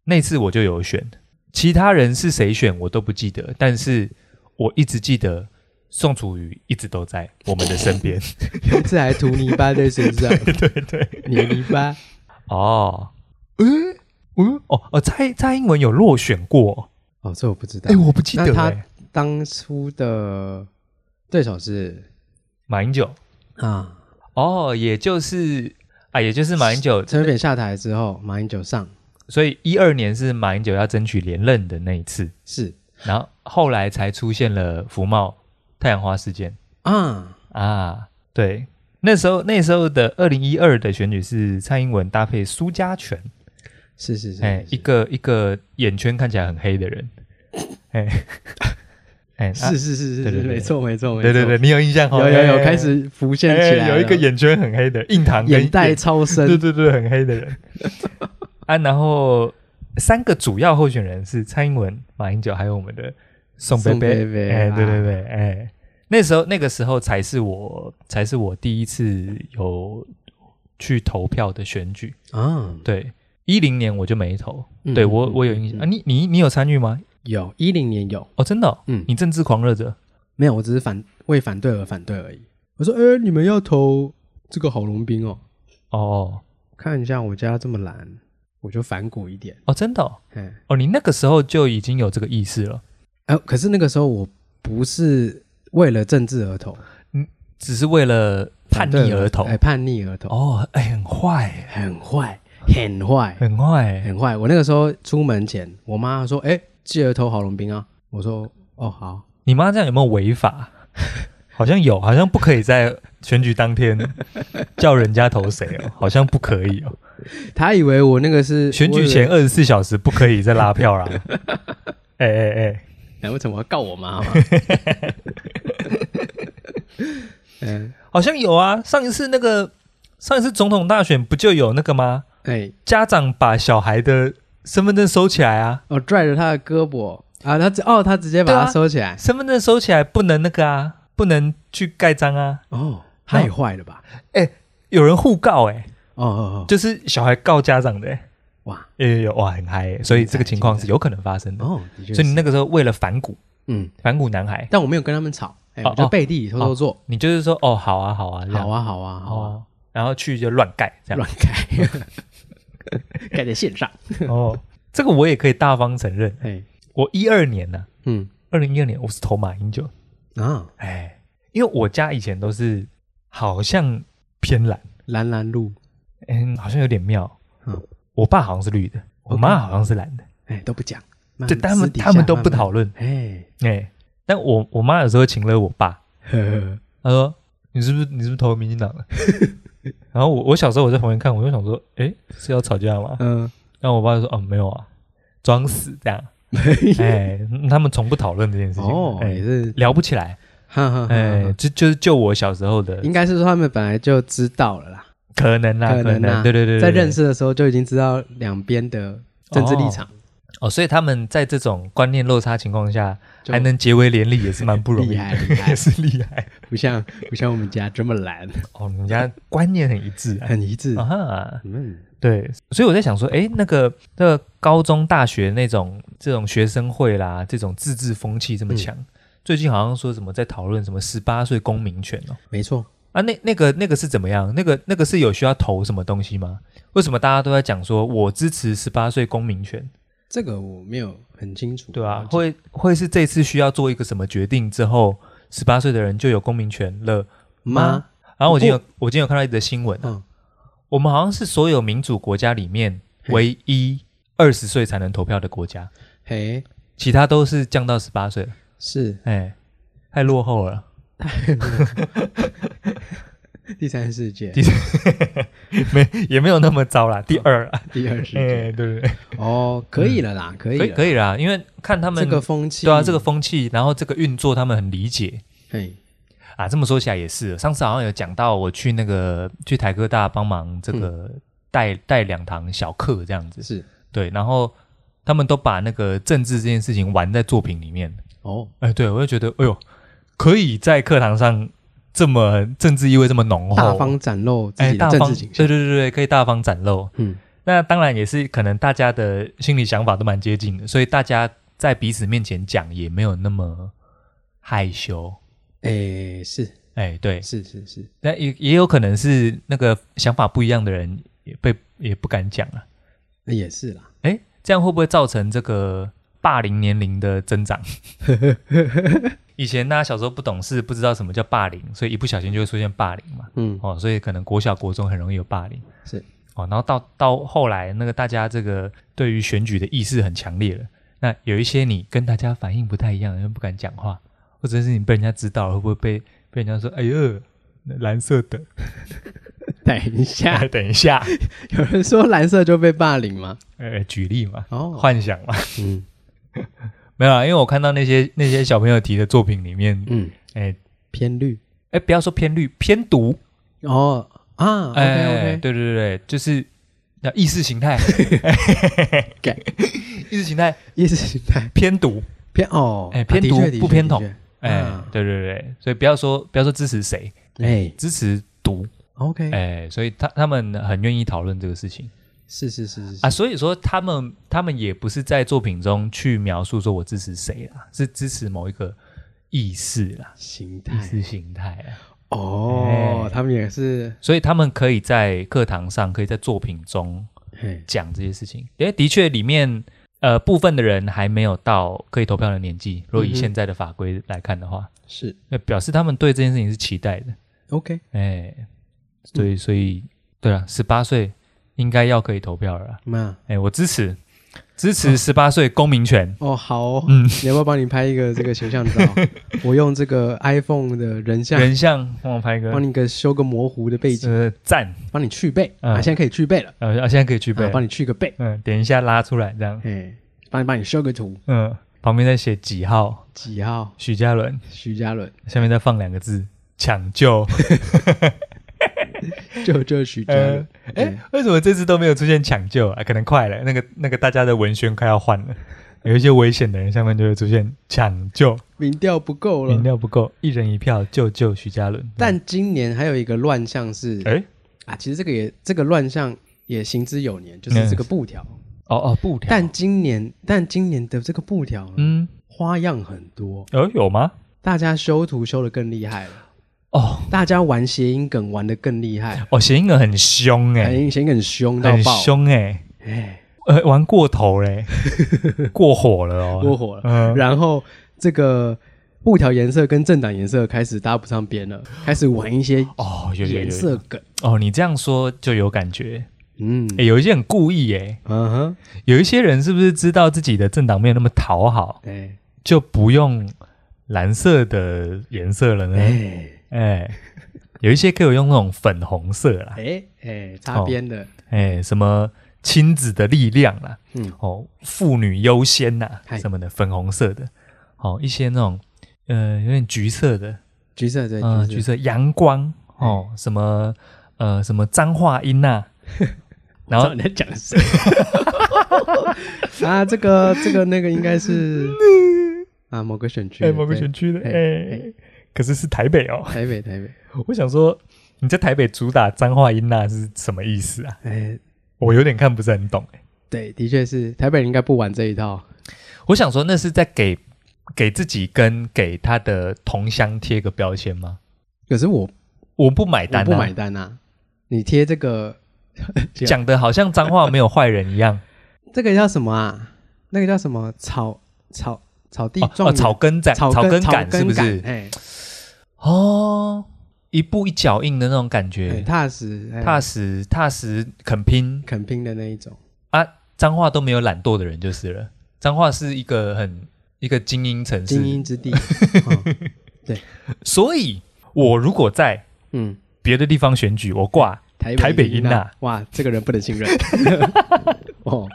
那次我就有选，其他人是谁选我都不记得，但是我一直记得宋楚瑜一直都在我们的身边。这还涂泥巴在身上， [LAUGHS] 对对，黏泥 [LAUGHS] 巴， [LAUGHS] 哦，诶、嗯，哦哦，蔡蔡英文有落选过，哦，这我不知道哎、，我不记得、那他诶当初的对手是马英九，啊，哦，也就是啊，也就是马英九陈水扁下台之后，马英九上所以一二年是马英九要争取连任的那一次，是然后后来才出现了福茂太阳花事件啊，啊。对，那时候那时候的二零一二的选举是蔡英文搭配苏家全，是是是，哎，是一个一个眼圈看起来很黑 [LAUGHS] 的人，哎哎，啊是是是是对是，对对没错没错没错，对对对，你有印象哦？有有有哎开始浮现哎起来了，有一个眼圈很黑的硬糖跟眼袋超对深，对对，很黑 [LAUGHS] 的人啊。然后三个主要候选人是蔡英文、马英九，还有我们的宋贝宋贝。贝贝哎，对对啊对，哎，那时候那个时候才是我才是我第一次有去投票的选举。啊，对，一零年我就没投。嗯对嗯我嗯我有印象啊，你你你有参与吗？有一零年有，哦，真的、哦，嗯，你政治狂热者。没有，我只是反为反对而反对而已。我说，哎、你们要投这个郝龙斌哦，哦看一下我家这么蓝，我就反骨一点。哦，真的哦哎，哦，你那个时候就已经有这个意识了，哎、可是那个时候我不是为了政治而投，只是为了叛反逆对而投。哎，叛逆而投，哦，哎，很坏耶，很坏，很坏，很坏耶、很坏。我那个时候出门前，我妈说，哎、记得投郝龙斌啊。我说，哦，好。你妈这样有没有违法？ [LAUGHS] 好像有，好像不可以在选举当天 [LAUGHS] 叫人家投谁哦，好像不可以哦。她以为我那个是选举前，二十四小时不可以再拉 [LAUGHS] 票啦。哎哎哎，哎，为什么要告我妈 [LAUGHS] 嘛？嗯，好像有啊。上一次那个上一次总统大选不就有那个吗？哎、家长把小孩的身份证收起来啊，哦，拽着他的胳膊啊，他直哦，他直接对把啊它收起来，身份证收起来不能那个啊，不能去盖章啊。哎哦，太坏了吧？有人互告哎、哦哦哦，就是小孩告家长的、欸，哇，有有有哇，很嗨、欸，所以这个情况是有可能发生的。哦，的确所以你是，那个时候为了反骨，嗯，反骨男孩，但我没有跟他们吵，哎，哦我就背地里偷偷做，你就是说哦，好啊，好啊，这样好，啊，好啊，好啊，哦，然后去就乱盖这样乱。盖， [LAUGHS] 盖在线上，哦，这个我也可以大方承认， [LAUGHS] 哎，我一二年呢、嗯2二零一二年我是投马英九，啊，哎，因为我家以前都是好像偏蓝，蓝蓝路，嗯，好像有点妙，嗯我爸好像是绿的，我 OK 妈好像是蓝的，哎，都不讲，慢慢对，他们私底下他们都不慢慢，讨论，哎，哎，但我我妈有时候请了我爸，呵呵，他说：“你是不是你是不是投民进党了？” [LAUGHS] 然后我我小时候我在旁边看，我就想说：“诶，是要吵架吗 [LAUGHS] 嗯，？” [LAUGHS] 然后我爸就说：“哦，没有啊，装死这样。没”哎，嗯他们从不讨论这件事情，哦，也哎，是，聊不起来。哈哈，哎，哎，就就是就我小时候的应该是说他们本来就知道了啦，可能啦，可可能啊对对对，对在认识的时候就已经知道两边的政治立场，哦，所以他们在这种观念落差情况下，就还能结为连理，也是蛮不容易厉的，害厉害 [LAUGHS] 也，是厉害。不像不像我们家这么懒，哦，人家观念很一致啊。很一致啊。哈，嗯，对，所以我在想说，诶，那个那个高中、大学那种这种学生会啦，这种自治风气这嗯么强，最近好像说什么在讨论什么十八岁公民权哦，没错，啊，那那个那个是怎么样？那个那个是有需要投什么东西吗？为什么大家都在讲说我支持十八岁公民权，这个我没有很清楚。哦对啊，了解会会是这次需要做一个什么决定之后，十八岁的人就有公民权了？吗？然后我今天有我今天有看到一则新闻啊、嗯，我们好像是所有民主国家里面嘿唯一二十岁才能投票的国家，嘿，其他都是降到十八岁了。是哎，太落后了。 [LAUGHS] 第三世界，第没也没有那么糟啦，第二啊，第二世界。 [LAUGHS] 哎，对对对，哦，可以了啦，可以可以了，可以啦，因为看他们这个风气，对啊，这个，风气，然后这个运作，他们很理解嘿，啊。这么说起来也是，上次好像有讲到我去那个去台科大帮忙这个带、带两堂小课这样子，是对，然后他们都把那个政治这件事情玩在作品里面，哦，哎，对，我就觉得，哎呦，可以在课堂上这么政治意味这么浓厚，大方展露自哦哎，己的大政方，治对倾对向，对对，可以大方展露。嗯，那当然也是可能大家的心理想法都蛮接近的，所以大家在彼此面前讲也没有那么害羞。哎，是哎，对，是是是，那也也有可能是那个想法不一样的人也被也不敢讲啊。那也是啦，哎，这样会不会造成这个霸凌年龄的增长？ [LAUGHS] 以前大家小时候不懂事，不知道什么叫霸凌，所以一不小心就会出现霸凌嘛。嗯，哦，所以可能国小国中很容易有霸凌。是哦，然后到到后来，那个大家这个对于选举的意识很强烈了。那有一些你跟大家反应不太一样，又不敢讲话，或者是你被人家知道了，会不会被被人家说：“哎呦，那蓝色 [LAUGHS] 的，等一下，哎等一 [LAUGHS] 下。 [LAUGHS] 有人说蓝色就被霸凌吗？”呃，举例嘛，哦，幻想嘛，嗯没有啊，因为我看到那些那些小朋友提的作品里面，嗯，哎偏绿，哎，不要说偏绿，偏毒，哦啊哎， ，OK OK，对对对，就是那意识形 [LAUGHS] 态，改意识形态意识形态偏毒，偏哦，哎啊偏的独确的不确偏的统确哎啊，对对对，所以不要说不要说支持谁，哎支持毒， ，OK，哎、所以他他们很愿意讨论这个事情是是是是啊，是，所以说他们他们也不是在作品中去描述说我支持谁啦，是支持某一个意识啦，形意态识形态啊，哦哎，他们也是，所以他们可以在课堂上，可以在作品中嘿，讲这些事情，因为的确里面。呃，部分的人还没有到可以投票的年纪。如果以嗯哼现在的法规来看的话，是那、表示他们对这件事情是期待的。 OK，哎，所嗯以所以对了，十八岁应该要可以投票了啦。那哎，我支持支持十八岁公民权。哦好哦，嗯，你要不要帮你拍一个这个形象照？[LAUGHS] 我用这个 iPhone 的人像，人像帮我拍个帮你个修个模糊的背景，呃赞，帮你去背嗯啊，现在可以去背了，呃啊现在可以去背嗯啊了，帮你去个背，嗯，点一下拉出来这样，哎，帮你帮你修个图，嗯，旁边再写几号几号？许嘉伦，徐嘉伦，下面再放两个字抢 [LAUGHS] 救。就就徐嘉呃伦，，哎对，为什么这次都没有出现抢救啊？可能快了，那个那个大家的文宣快要换了，有一些危险的人下面就会出现抢救。民调不够民了。调不够，一人一票救救徐嘉伦。但今年还有一个乱象是哎、啊，其实这个也这个乱象也行之有年，嗯就是这个布条。哦哦，布条，但今年但今年的这个布条呢嗯，花样很多，有有吗？大家修图修的更厉害了。哦大家玩谐音梗玩的更厉害，哦，谐音梗很凶哎、谐音梗很凶到很爆，凶哎、哎，呃，玩过 [LAUGHS] 头嘞，过火了哦，过火了。嗯，然后这个布条颜色跟政党颜色开始搭不上边了，开始玩一些哦，有有有颜色梗。哦，你这样说就有感觉。嗯哎、有一些很故意哎、嗯哼，有一些人是不是知道自己的政党没有那么讨好，哎就不用蓝色的颜色了呢？哎、哎有一些可以用那种粉红色啦，哎哎，擦边的，哎，什么亲子的力量啦，嗯，哦，妇女优先呐、嗨什么的，粉红色的，哦，一些那种呃有点橘色的，橘色对呃，橘哎橘色阳光，哦，什么呃什么脏话音 [LAUGHS] 呐、然然后后你在讲谁？ [LAUGHS] 啊，这个这个那个应该是 [LAUGHS] 啊某个选区，哎、某个选区，区的哎、嘿可是是台北哦。 [LAUGHS] 台北台北，我想说你在台北主打脏话音呐、是什么意思啊？哎，我有点看不是很懂、哎对，的确是台北人应该不玩这一套，我想说那是在给给自己跟给他的同乡贴个标签吗？可是我我不买单、我啊，不买啊单啊，你贴这个讲的好像脏话没有坏人 [LAUGHS] 一样。这个叫什么啊？那个叫什么草草草地哦状哦，元草根仔，草草根草感是不感是？哎，哦，一步一脚印的那种感很觉，踏实，哎踏实踏实肯拼，肯拼的那一种。脏话都没有懒惰的人就是了。脏话是一个很一个精英城精市，英之 [LAUGHS] 地。嗯所以我如果在嗯，别的地方选举，我挂台台北音啊音啊呐哇，这个人不能信任。 [LAUGHS] 哦，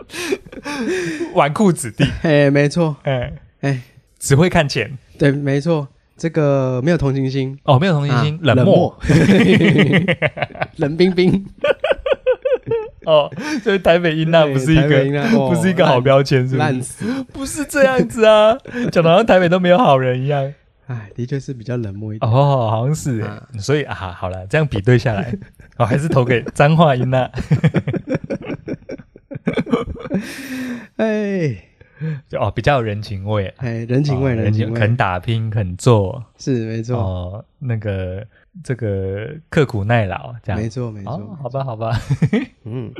纨绔子 [LAUGHS] 弟，哎，没错，哎哎，只会看钱对，没错，这个没有同情心，哦，没有同情啊心，冷漠， [LAUGHS] 冷冰 [LAUGHS] 冰，哦，所以台北音呐对不是一台北音个呐哦不是一个好标签，是不烂是？死。不是这样子啊， [LAUGHS] 讲的好像台北都没有好人一 [LAUGHS] 样。哎，的确是比较冷漠一点。哦，好像是耶、啊所以啊，好了，这样比对下 [LAUGHS] 来，我、还是投给彰化音呐、哎就哦比较有人情味，哎，人情味，哦人情肯味，打拼，肯做，是没错，哦，那个这个刻苦耐劳这样没，错，没错。哦，好吧，好吧， [LAUGHS] 嗯，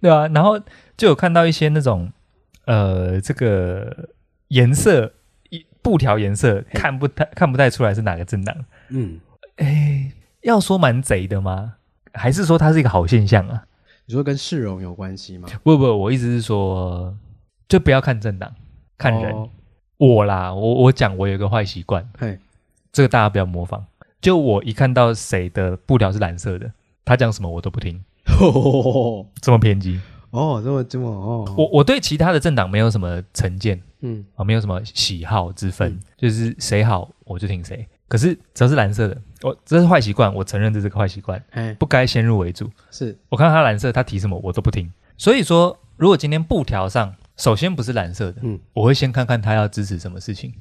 对啊，然后就有看到一些那种呃，这个颜色一布条颜色嘿看不太看不太出来是哪个政党，嗯，哎，要说蛮贼的吗？还是说它是一个好现象啊？你说跟市容有关系吗？不不，我意思是说，就不要看政党，看人。哦我啦，我我讲，我有一个坏习惯，嘿， [LAUGHS] 这个大家不要模仿。就我一看到谁的布条是蓝色的，他讲什么我都不听，哦，这么偏激。这么这么哦，我我对其他的政党没有什么成见嗯啊，没有什么喜好之分，嗯就是谁好我就听谁。可是只要是蓝色的，我这是坏习惯，我承认这是个坏习惯，哎不该先入为主。是我看到他蓝色，他提什么我都不听。所以说，如果今天布条上首先不是蓝色的，嗯我会先看看他要支持什么事情。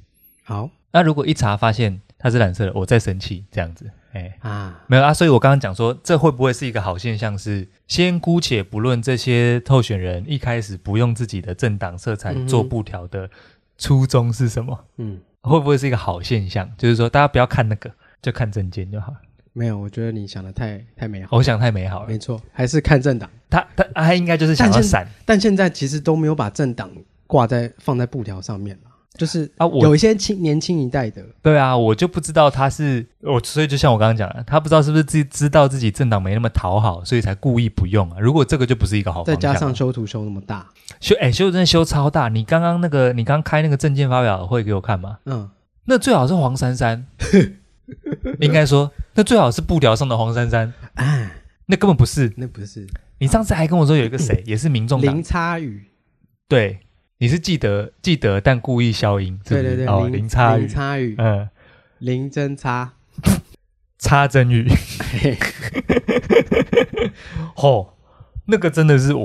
好那如果一查发现他是蓝色的，我再生气这样子。哎、啊，没有啊，所以我刚刚讲说，这会不会是一个好现象是？先姑且不论这些候选人一开始不用自己的政党色彩嗯哼做布条的初衷是什么，嗯，会不会是一个好现象？就是说，大家不要看那个，就看证件就好了。没有，我觉得你想的太太美好，我想太美好了没，错，还是看政党，他他他应该就是想嗯要但是闪但现在其实都没有把政党挂在放在布条上面了，就是啊，我有一些青年轻一代的，对啊，我就不知道他是我，所以就像我刚刚讲的，他不知道是不是自己知道自己政党没那么讨好，所以才故意不用啊。如果这个就不是一个好方再向啊，加上修图修那么大，修哎、修真的修超大。你刚刚那个你刚开那个证件发表会给我看吗？嗯，那最好是黄 [LAUGHS] 珊珊，应该说那最好是布条上的黄珊珊，哎，那根本不是。那不是你上次还跟我说有一个谁也是民众党零，差雨，对，你是记得记得但故意消音，是对不是对对，哦，零林差零雨，差雨，嗯，零针 [LAUGHS] 差，插针雨。嘿哦，那个真的是哦，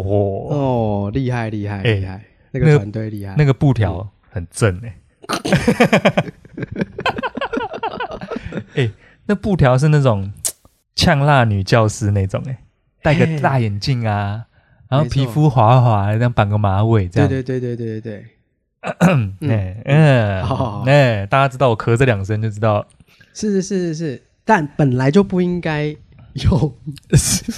哦，厉害厉害哎厉害，那那个个团队厉害，那个布条很正 [LAUGHS] 哎、哎、那布条是那种呛辣女教师那种哎、戴个嘿大眼镜啊，然后没错皮肤滑滑，这样绑个马尾这对样。对对对对对对。 [CLEARS THROAT] 哦嗯哎嗯好好好哎，大家知道我咳这两声就知道，是是是是是，但本来就不应该有，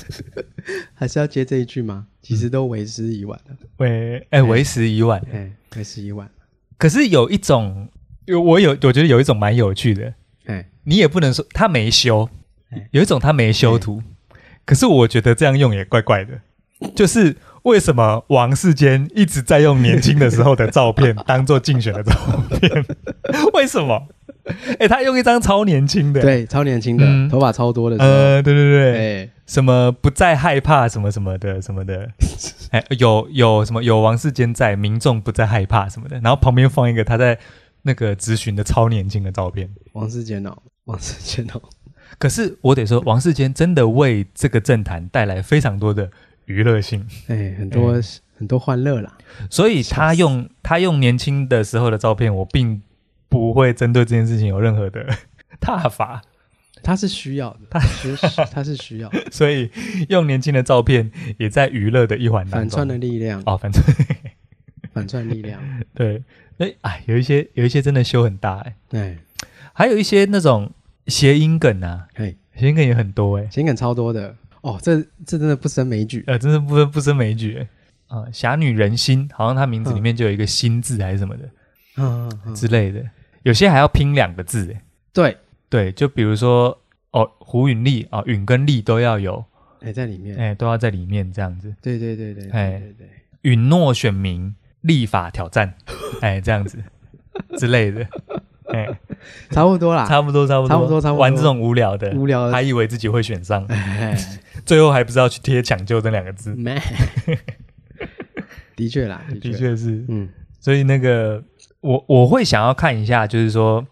[LAUGHS] 还是要接这一句吗？其实都为时已晚了，喂哎为时已晚。哎、为时已晚了，可是有一种，有我有我觉得有一种蛮有趣的，哎，你也不能说他没修哎，有一种他没修图，可是我觉得这样用也怪怪的，就是。为什么王世坚一直在用年轻的时候的照片 [LAUGHS] 当做竞选的照片？ [LAUGHS] 为什么？哎、他用一张超年轻的，，对，超年轻的，嗯头发超多的时候，呃，对对对，哎、什么不再害怕什么什么的什么的，哎，有有什么有王世坚在，民众不再害怕什么的，然后旁边放一个他在那个咨询的超年轻的照片， [LAUGHS] 王世坚哦，王世坚哦，可是我得说，王世坚真的为这个政坛带来非常多的娱乐性，哎，很多、很多欢乐啦，所以他用他用年轻的时候的照片，我并不会针对这件事情有任何的 [LAUGHS] 踏伐。他是需要的， [LAUGHS] 他实他是需要的 [LAUGHS] 所以用年轻的照片也在娱乐的一环当反中。串的力量，哦，反串反串力量，对，那哎，有一些有一些真的修很大哎、哎，还有一些那种谐音梗啊，嘿，谐音梗也很多哎、情感超多的哦，这这真的不胜枚举，呃，真是不分不胜枚举哎、啊、侠女人心，好像她名字里面就有一个“心”字还是什么的、嗯嗯嗯，之类的，有些还要拼两个字、哎对，对，就比如说哦，胡允丽哦，允跟丽都要有，哎，在里面，哎、都要在里面这样子。对对对对，哎对对对，允诺选民立法 [LAUGHS] 挑战，哎，这样子之类的，哎，差不多啦，差不多，差不多，啊差不多差不多玩这种无聊的，无聊的还以为自己会选上，哎，最后还不知道去贴“抢救”这两个字，没，嗯的确啦，的，确是。嗯，所以那个我我会想要看一下，就是说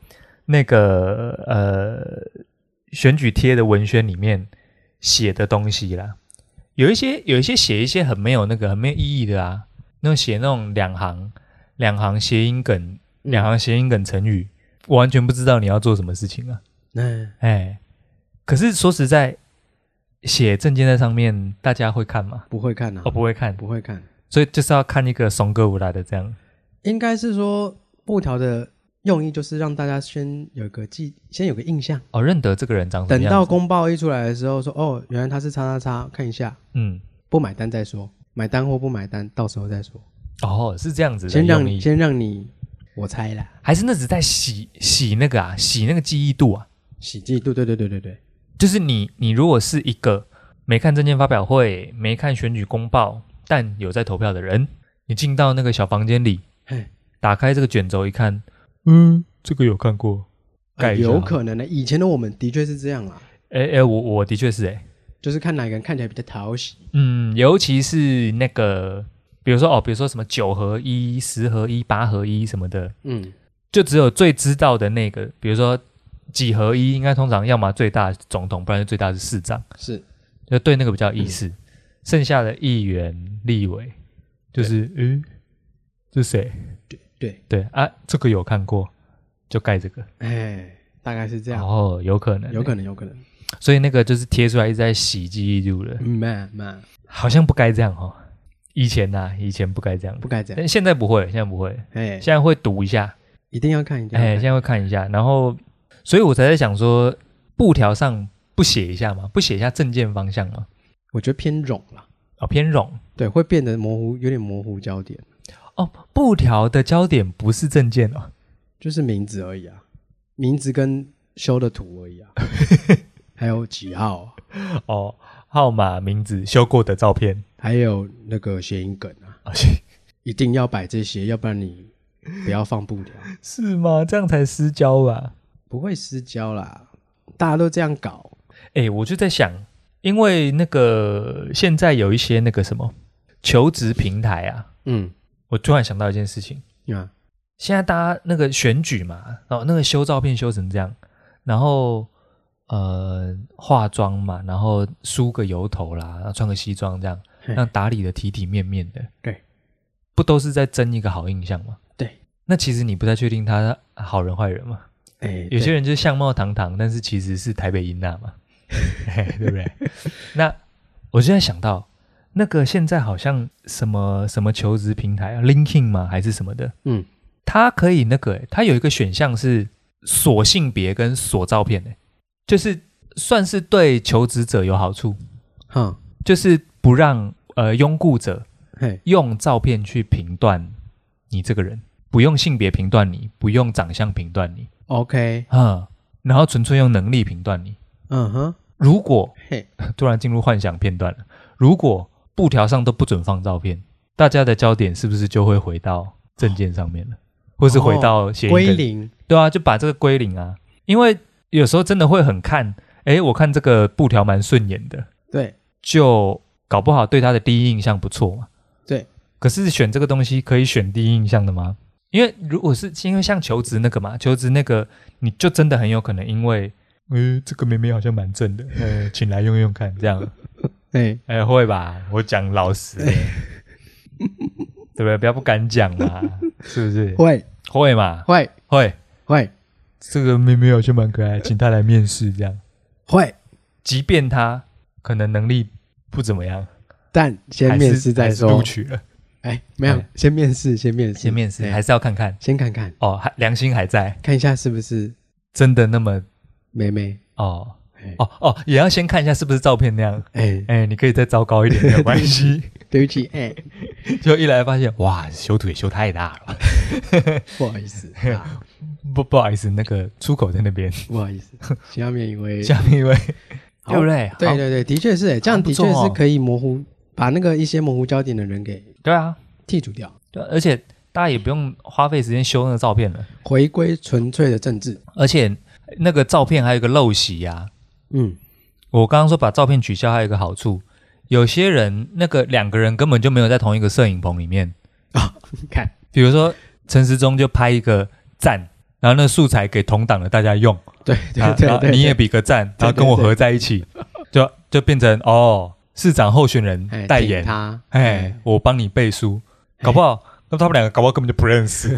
那个呃选举贴的文宣里面写的东西啦，有一些有一些写一些很没有那个很没有意义的啊，那种写那种两行两行谐音梗，两行谐音梗成语，我完全不知道你要做什么事情啊，那哎，可是说实在，写证件在上面，大家会看吗？不会看啊哦，，不会看，不会看，所以就是要看一个怂哥无赖的这样，应该是说布条的用意就是让大家先有个记，先有个印象。哦，认得这个人长什么等样到子公报一出来的时候说，哦，原来他是叉叉叉，看一下，嗯，不买单再说，买单或不买单，到时候再说。哦，是这样子的先让用你，意，先让你，我猜啦，还是那只在洗洗那个啊，洗那个记忆度啊，喜剧，对对对对对对，就是你你如果是一个没看证件发表会、没看选举公报，但有在投票的人，你进到那个小房间里，嘿，打开这个卷轴一看，嗯，这个有看过，呃盖一下有可能的。以前的我们的确是这样啦，哎哎，我我的确是哎、就是看哪个人看起来比较讨喜，嗯，尤其是那个，比如说哦，比如说什么九合一、十合一、八合一什么的，嗯，就只有最知道的那个，比如说几合一，应该通常要么最大总统，不然就最大是市长，是就对那个比较有意嗯思。剩下的议员、立委，就是诶，这谁？对，对啊，这个有看过，就盖这个，哎，大概是这然样，后有可能，有可能，有可能，能，所以那个就是贴出来一直在洗记忆度的，嗯慢慢好像不该这样哦。以前呐、以前不该这样不，该这样，但现在不会，现在不会。哎，现在会读一下，一定要看，一定要哎，现看，在会看一下，然后，所以我才在想说，布条上不写一下吗？不写一下证件方向吗？我觉得偏冗啦，哦，偏冗对，会变得模糊，有点模糊焦点，哦，布条的焦点不是证件哦，就是名字而已啊，名字跟修的图而已 [LAUGHS] 啊，还有几号啊、哦，号码、名字、修过的照片，还有那个谐音梗啊，哦、 [LAUGHS] 是一定要摆这些，要不然你不要放布条， [LAUGHS] 是吗？这样才私交吧？不会失焦啦，大家都这样搞，哎，我就在想，因为那个现在有一些那个什么求职平台啊，嗯我突然想到一件事情。啊，现在大家那个选举嘛，然后那个修照片修成这样，然后呃化妆嘛，然后梳个油头啦，然后穿个西装这样，嘿让打理的体体面面的，对，不都是在争一个好印象吗？对，那其实你不太确定他好人坏人嘛，哎、有些对人就是相貌堂堂，但是其实是台北英娜 [LAUGHS] 嘛，嘿对不对？那我就在想到那个现在好像什么什么求职平台啊，LinkedIn 嘛还是什么的，嗯，它可以那个、欸，它有一个选项是锁性别跟锁照片、欸，就是算是对求职者有好处，哈，就是不让呃拥护者嘿，用照片去评断你这个人，不用性别评断你，不用长相评断你， OK，啊、然后纯粹用能力评断你。嗯哼，如果 [LAUGHS] 嘿，突然进入幻想片段了，如果布条上都不准放照片，大家的焦点是不是就会回到证件上面了，或是回到谐音梗哦归零，对啊，就把这个归零啊，因为有时候真的会很看，诶，我看这个布条蛮顺眼的，对，就搞不好对他的第一印象不错嘛。对，可是选这个东西可以选第一印象的吗？因为如果是因为像求职那个嘛，求职那个你就真的很有可能因为呃，这个妹妹好像蛮正 [LAUGHS] 的，呃，请来用用看，这 [LAUGHS] 样，哎，哎、会吧？我讲老实的，对不对？不要不敢讲 [LAUGHS] 嘛，是不是？会会嘛，会会。会这个妹妹好像蛮可爱，请她来面试，这样，会，即便她可能能力不怎么样，但还先是面试再还是说录。取了，哎，没有哎，先面试，先面试，先面试哎还是要看看先看看，哦，还良心还在，看一下是不是真的那么妹妹。哦哎哦哦，也要先看一下是不是照片那样。哎，哎、你可以再糟糕一点，没有关 [LAUGHS] 系。对不起，哎，就一来发现，哇，修图也修太大了吧，不好意 [LAUGHS] 思啊，不不好意思，那个出口在那边。不好意 [LAUGHS] 思。下面一位，下面一位，好 [LAUGHS] 对不对？好对对对，的确是，哎这样好不的错确哦是可以模糊把那个一些模糊焦点的人给对啊，剔除掉，对啊而且大家也不用花费时间修那个照片了，回归纯粹的政治。而且那个照片还有一个陋习呀、啊。 [LAUGHS] 嗯，我刚刚说把照片取消，还有一个好处，有些人那个两个人根本就没有在同一个摄影棚里面。看，比如说陈时中就拍一个赞，然后那个素材给同党的大家用，对啊对对然后对，你也比个赞，然后跟我合在一起，就就变成哦，市长候选人对哎代挺言，他，哎，我帮你背书，哎搞不好那他们两个搞不好根本就不认识。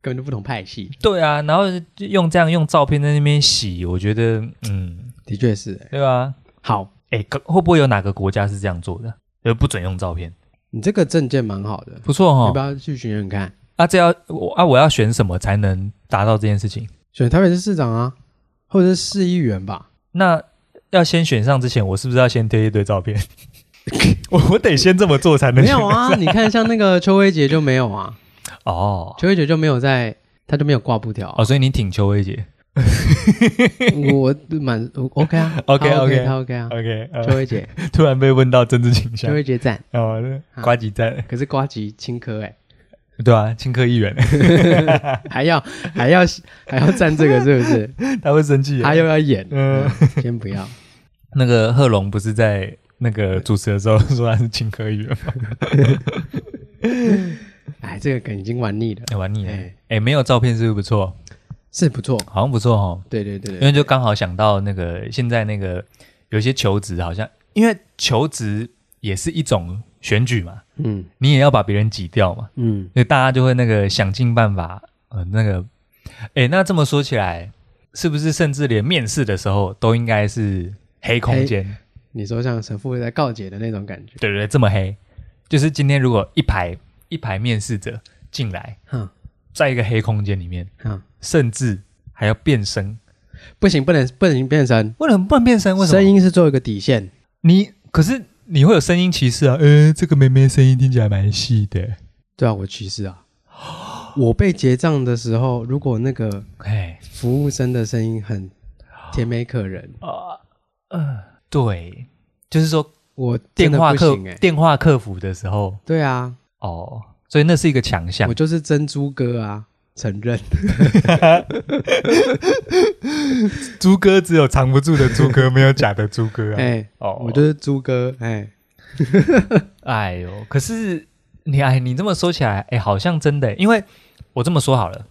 根本就不同派系，对啊，然后就用这样用照片在那边洗，我觉得嗯，的确是。哎对吧？好，哎，可会不会有哪个国家是这样做的？呃，不准用照片，你这个证件蛮好的，不错哦要不哈。要去选选看？啊，这要我啊，我要选什么才能达到这件事情？选台北市市长啊，或者是市议员吧。那要先选上之前，我是不是要先贴一堆照片？ [LAUGHS] 我我得先这么做才能没选有 [LAUGHS] 啊，你看像那个邱威杰就没有啊，哦邱威杰就没有在，他就没有挂布条啊、哦，所以你挺邱薇姐我蛮我 OK [LAUGHS] 啊 OK，他 OK 他 OK 啊， ，OK，邱呃，威 [LAUGHS] 杰突然被问到政治倾邱向，威杰赞，哦，啊瓜吉在，可是瓜吉青科哎、 [LAUGHS] 对啊，青科议员，还要还要还要站这个是不 [LAUGHS] 是？他会生气耶，他又要演，嗯嗯，先不要，那个贺龙不是在那个主持的时候 [LAUGHS] 说他是青科议员吗？哎，这个梗已经玩腻了，哎玩腻了哎，哎，没有照片是不是不错？是不错，好像不错哦，对对对因对，为就刚好想到那个现在那个有些求职好像，因为求职也是一种选举嘛，嗯你也要把别人挤掉嘛，嗯，所以大家就会那个想尽办法，呃，那个，哎，那这么说起来，是不是甚至连面试的时候都应该是黑空间？你说像神父在告解的那种感觉，对对对，这么黑，就是今天如果一排一排面试者进来，哼在一个黑空间里面，哼，甚至还要变声，不行，不能不能变声，为什么不能变声？为什么？声音是做一个底线，你可是你会有声音歧视啊？呃，这个妹妹声音听起来蛮细的，对啊，我歧视 [GASPS] 啊。我被结账的时候，如果那个哎，服务生的声音很甜美可人，啊，呃，对，就是说我真电的话不客行哎、电话客服的时候，对啊，哦，所以那是一个强项我。就是珍珠哥啊，承认 [LAUGHS] 猪哥只有藏不住的猪哥，没有假的猪哥哎、哦我就是猪哥哎、哎呦，可是你哎，你这么说起来，哎，好像真的，因为我这么说好了，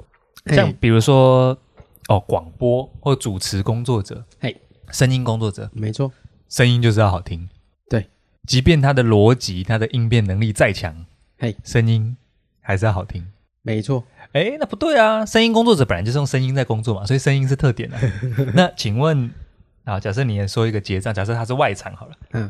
哎像比如说哦，广播或主持工作者，嘿，声音工作者，没错，声音就是要好听，对，即便他的逻辑、他的应变能力再强，嘿，声音还是要好听。没错，哎，那不对啊！声音工作者本来就是用声音在工作嘛，所以声音是特 [LAUGHS] 点啊。那请问啊，假设你也说一个结账，假设他是外场好了，嗯，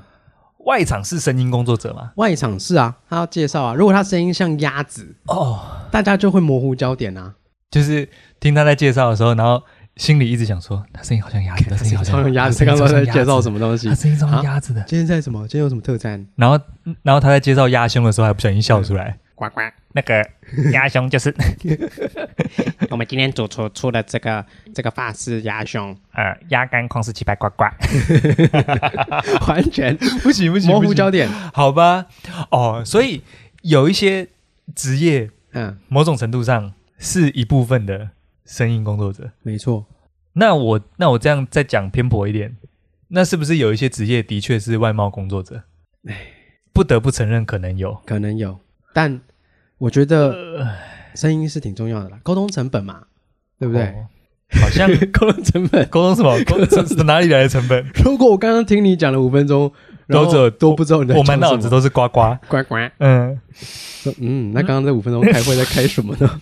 外场是声音工作者嘛？外场是啊，他要介绍啊，如果他声音像鸭子，哦，大家就会模糊焦点啊，就是听他在介绍的时候，然后心里一直想说，他声音好像鸭 [LAUGHS] 子，他 [LAUGHS] 声音好超像像鸭子，刚刚在介绍么？啊什么东西他？声音超像鸭子的。今天在什么？今天有什么特餐？然后，然后他在介绍鸭胸的时候，还不小心笑出来。呱呱，那个鸭胸就是 [LAUGHS] [LAUGHS] 我们今天主厨出了这个这个法式鸭胸，呃鸭肝旷世奇白呱呱， [LAUGHS] 完全 [LAUGHS] 不行不行，模不糊行焦点，好吧？哦，所以有一些职业嗯，某种程度上是一部分的声音工作者。没错，那我那我这样再讲偏颇一点，那是不是有一些职业的确是外貌工作者？哎不得不承认，可能有。可能有，但我觉得声音是挺重要的啦，沟通成本嘛，对哦对不对？哦好 [LAUGHS] 像沟通成本。沟 [LAUGHS] 通什么？沟通是哪里来的成本？如果我刚刚听你讲了五分钟，然都后这都不知道你在我讲什满么，脑子都是呱呱。乖乖，嗯，说嗯，那刚刚这五分钟开会在开什么呢？嗯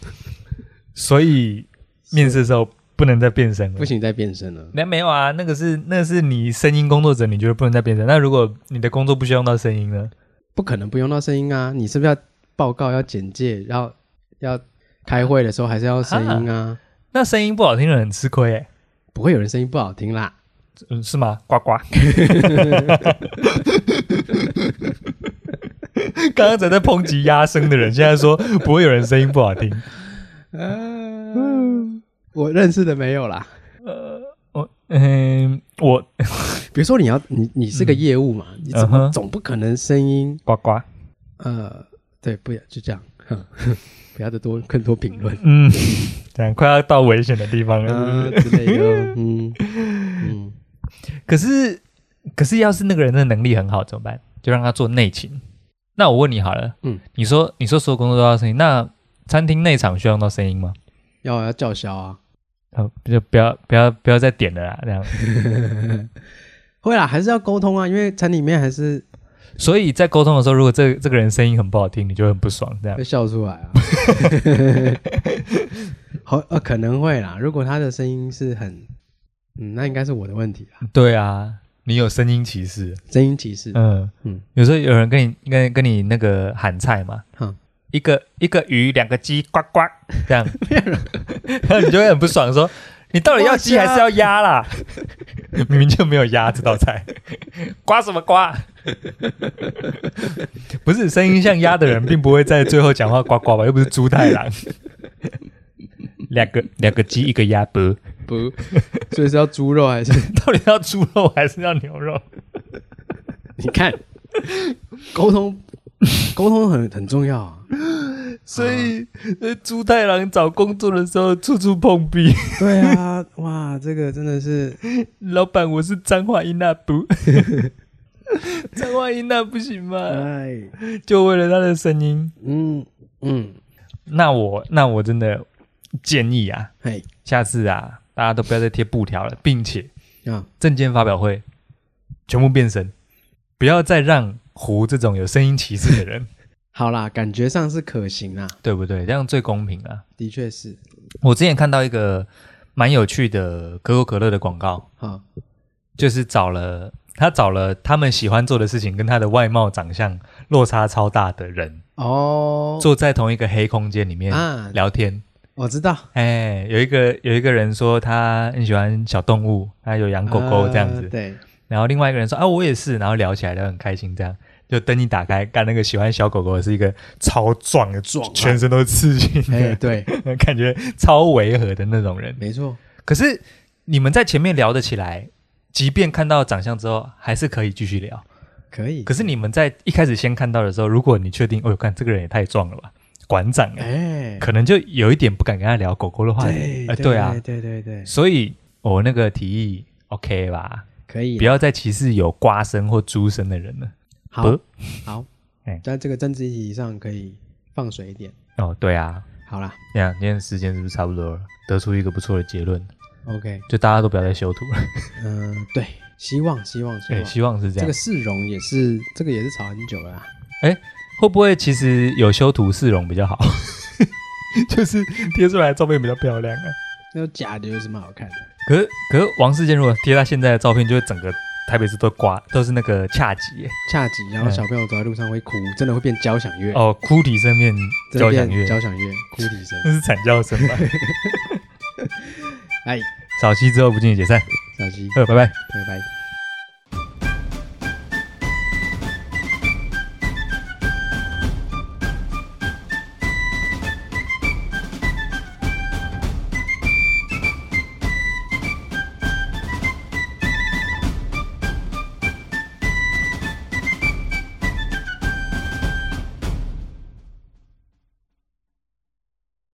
所以面试的时候不能再变声了。 [LAUGHS] 不行，再变身了。那没有啊，那个是那个是你声音工作者，你觉得不能再变声。那如果你的工作不需要用到声音呢？不可能不用到声音啊！你是不是要报告、要简介、要要开会的时候还是要声音啊？那声音不好听的人很吃亏哎、不会有人声音不好听啦。嗯，是吗？呱呱。 [LAUGHS] 刚刚才在抨击压声的人，现在说不会有人声音不好听。嗯， [LAUGHS] 我认识的没有啦。我嗯，我比如说你要你你是个业务嘛，你怎嗯么哼总不可能声音呱呱。呃对，不要就这样，哼 [LAUGHS] 不要再多更多评论嗯，这样快要到危险的地方了。是不啊是之类的，嗯嗯，可是，可是要是那个人的能力很好怎么办？就让他做内勤。那我问你好了，嗯嗯，你说你说所有工作都要声音，那餐厅内场需要用到声音吗？要要叫嚣啊，好，就不要不要不要再点了啦，这样。会啦，还是要沟通啊，因为餐里面还是所以在沟通的时候，如果这这个人声音很不好听，你就会很不爽，这样会。笑出来啊。 [LAUGHS] 好，呃，可能会啦。如果他的声音是很，嗯，那应该是我的问题啦，对啊，你有声音歧视。声音歧视。嗯嗯嗯，有时候有人跟你跟跟你那个喊菜嘛，哼一个一个鱼，两个鸡，呱呱这样，然后你就会很不爽，说你到底要鸡还是要鸭啦？明明就没有鸭这道菜，呱什么呱？不是声音像鸭的人，并不会在最后讲话呱呱吧？又不是猪太郎。两个两个鸡，一个鸭脖，不，所以是要猪肉还是？到底要猪肉还是要牛肉？你看， [LAUGHS] 沟通，沟通很很重要啊。所以，呃猪太郎找工作的时候处处碰壁。对啊， [LAUGHS] 哇，这个真的是老板，我是彰化伊那不， [LAUGHS] 彰化伊那不行吗？哎，就为了他的声音。嗯嗯，那我那我真的建议啊，嘿下次啊，大家都不要再贴布条了，并且啊，证件发表会全部变声，不要再让胡这种有声音歧视的人，好啦，感觉上是可行啊，对不对？这样最公平啊。的确是。我之前看到一个蛮有趣的可口可乐的广告，好，就是找了他找了他们喜欢做的事情跟他的外貌长相落差超大的人，哦，坐在同一个黑空间里面啊，聊天。我知道，哎，有一个有一个人说他很喜欢小动物，他有养狗狗这样啊子。对，然后另外一个人说啊，我也是，然后聊起来聊得很开心这样。就灯一打开，干那个喜欢小狗狗的是一个超壮的壮啊全身都是刺青哎，的， [LAUGHS] 对，感觉超违和的那种人。没错。可是你们在前面聊得起来，即便看到长相之后，还是可以继续聊。可以。可是你们在一开始先看到的时候，如果你确定，哦呦，看这个人也太壮了吧，馆长哎、哎，可能就有一点不敢跟他聊狗狗的话对题。呃，对啊，对对对，所以我那个提议 OK 吧，可以不。要再歧视有瓜声或猪声的人了。好不，好哎，在这个政治议题上可以放水一点。哦，对啊，好啦这样今天时间是不是差不多了？得出一个不错的结论， ，OK，就大家都不要再修图了。嗯，对，希望希望希对，望，哎希望是这这样个。市容也是这个也是吵很久了啦。会不会其实有修图市容比较好？ [LAUGHS] 就是贴出来的照片比较漂亮啊。那假的有什么好看的？可是可是王世坚如果贴他现在的照片，就会整个台北市都刮都是那个恰吉耶恰吉，然后嗯小朋友走在路上会哭，真的会变交响乐，哦，哭啼声变真的交响变乐，交响乐，哭啼 [LAUGHS] 声。那是惨叫声吧？哎，早期之后不进行解散，小鸡，呃，拜拜。拜拜。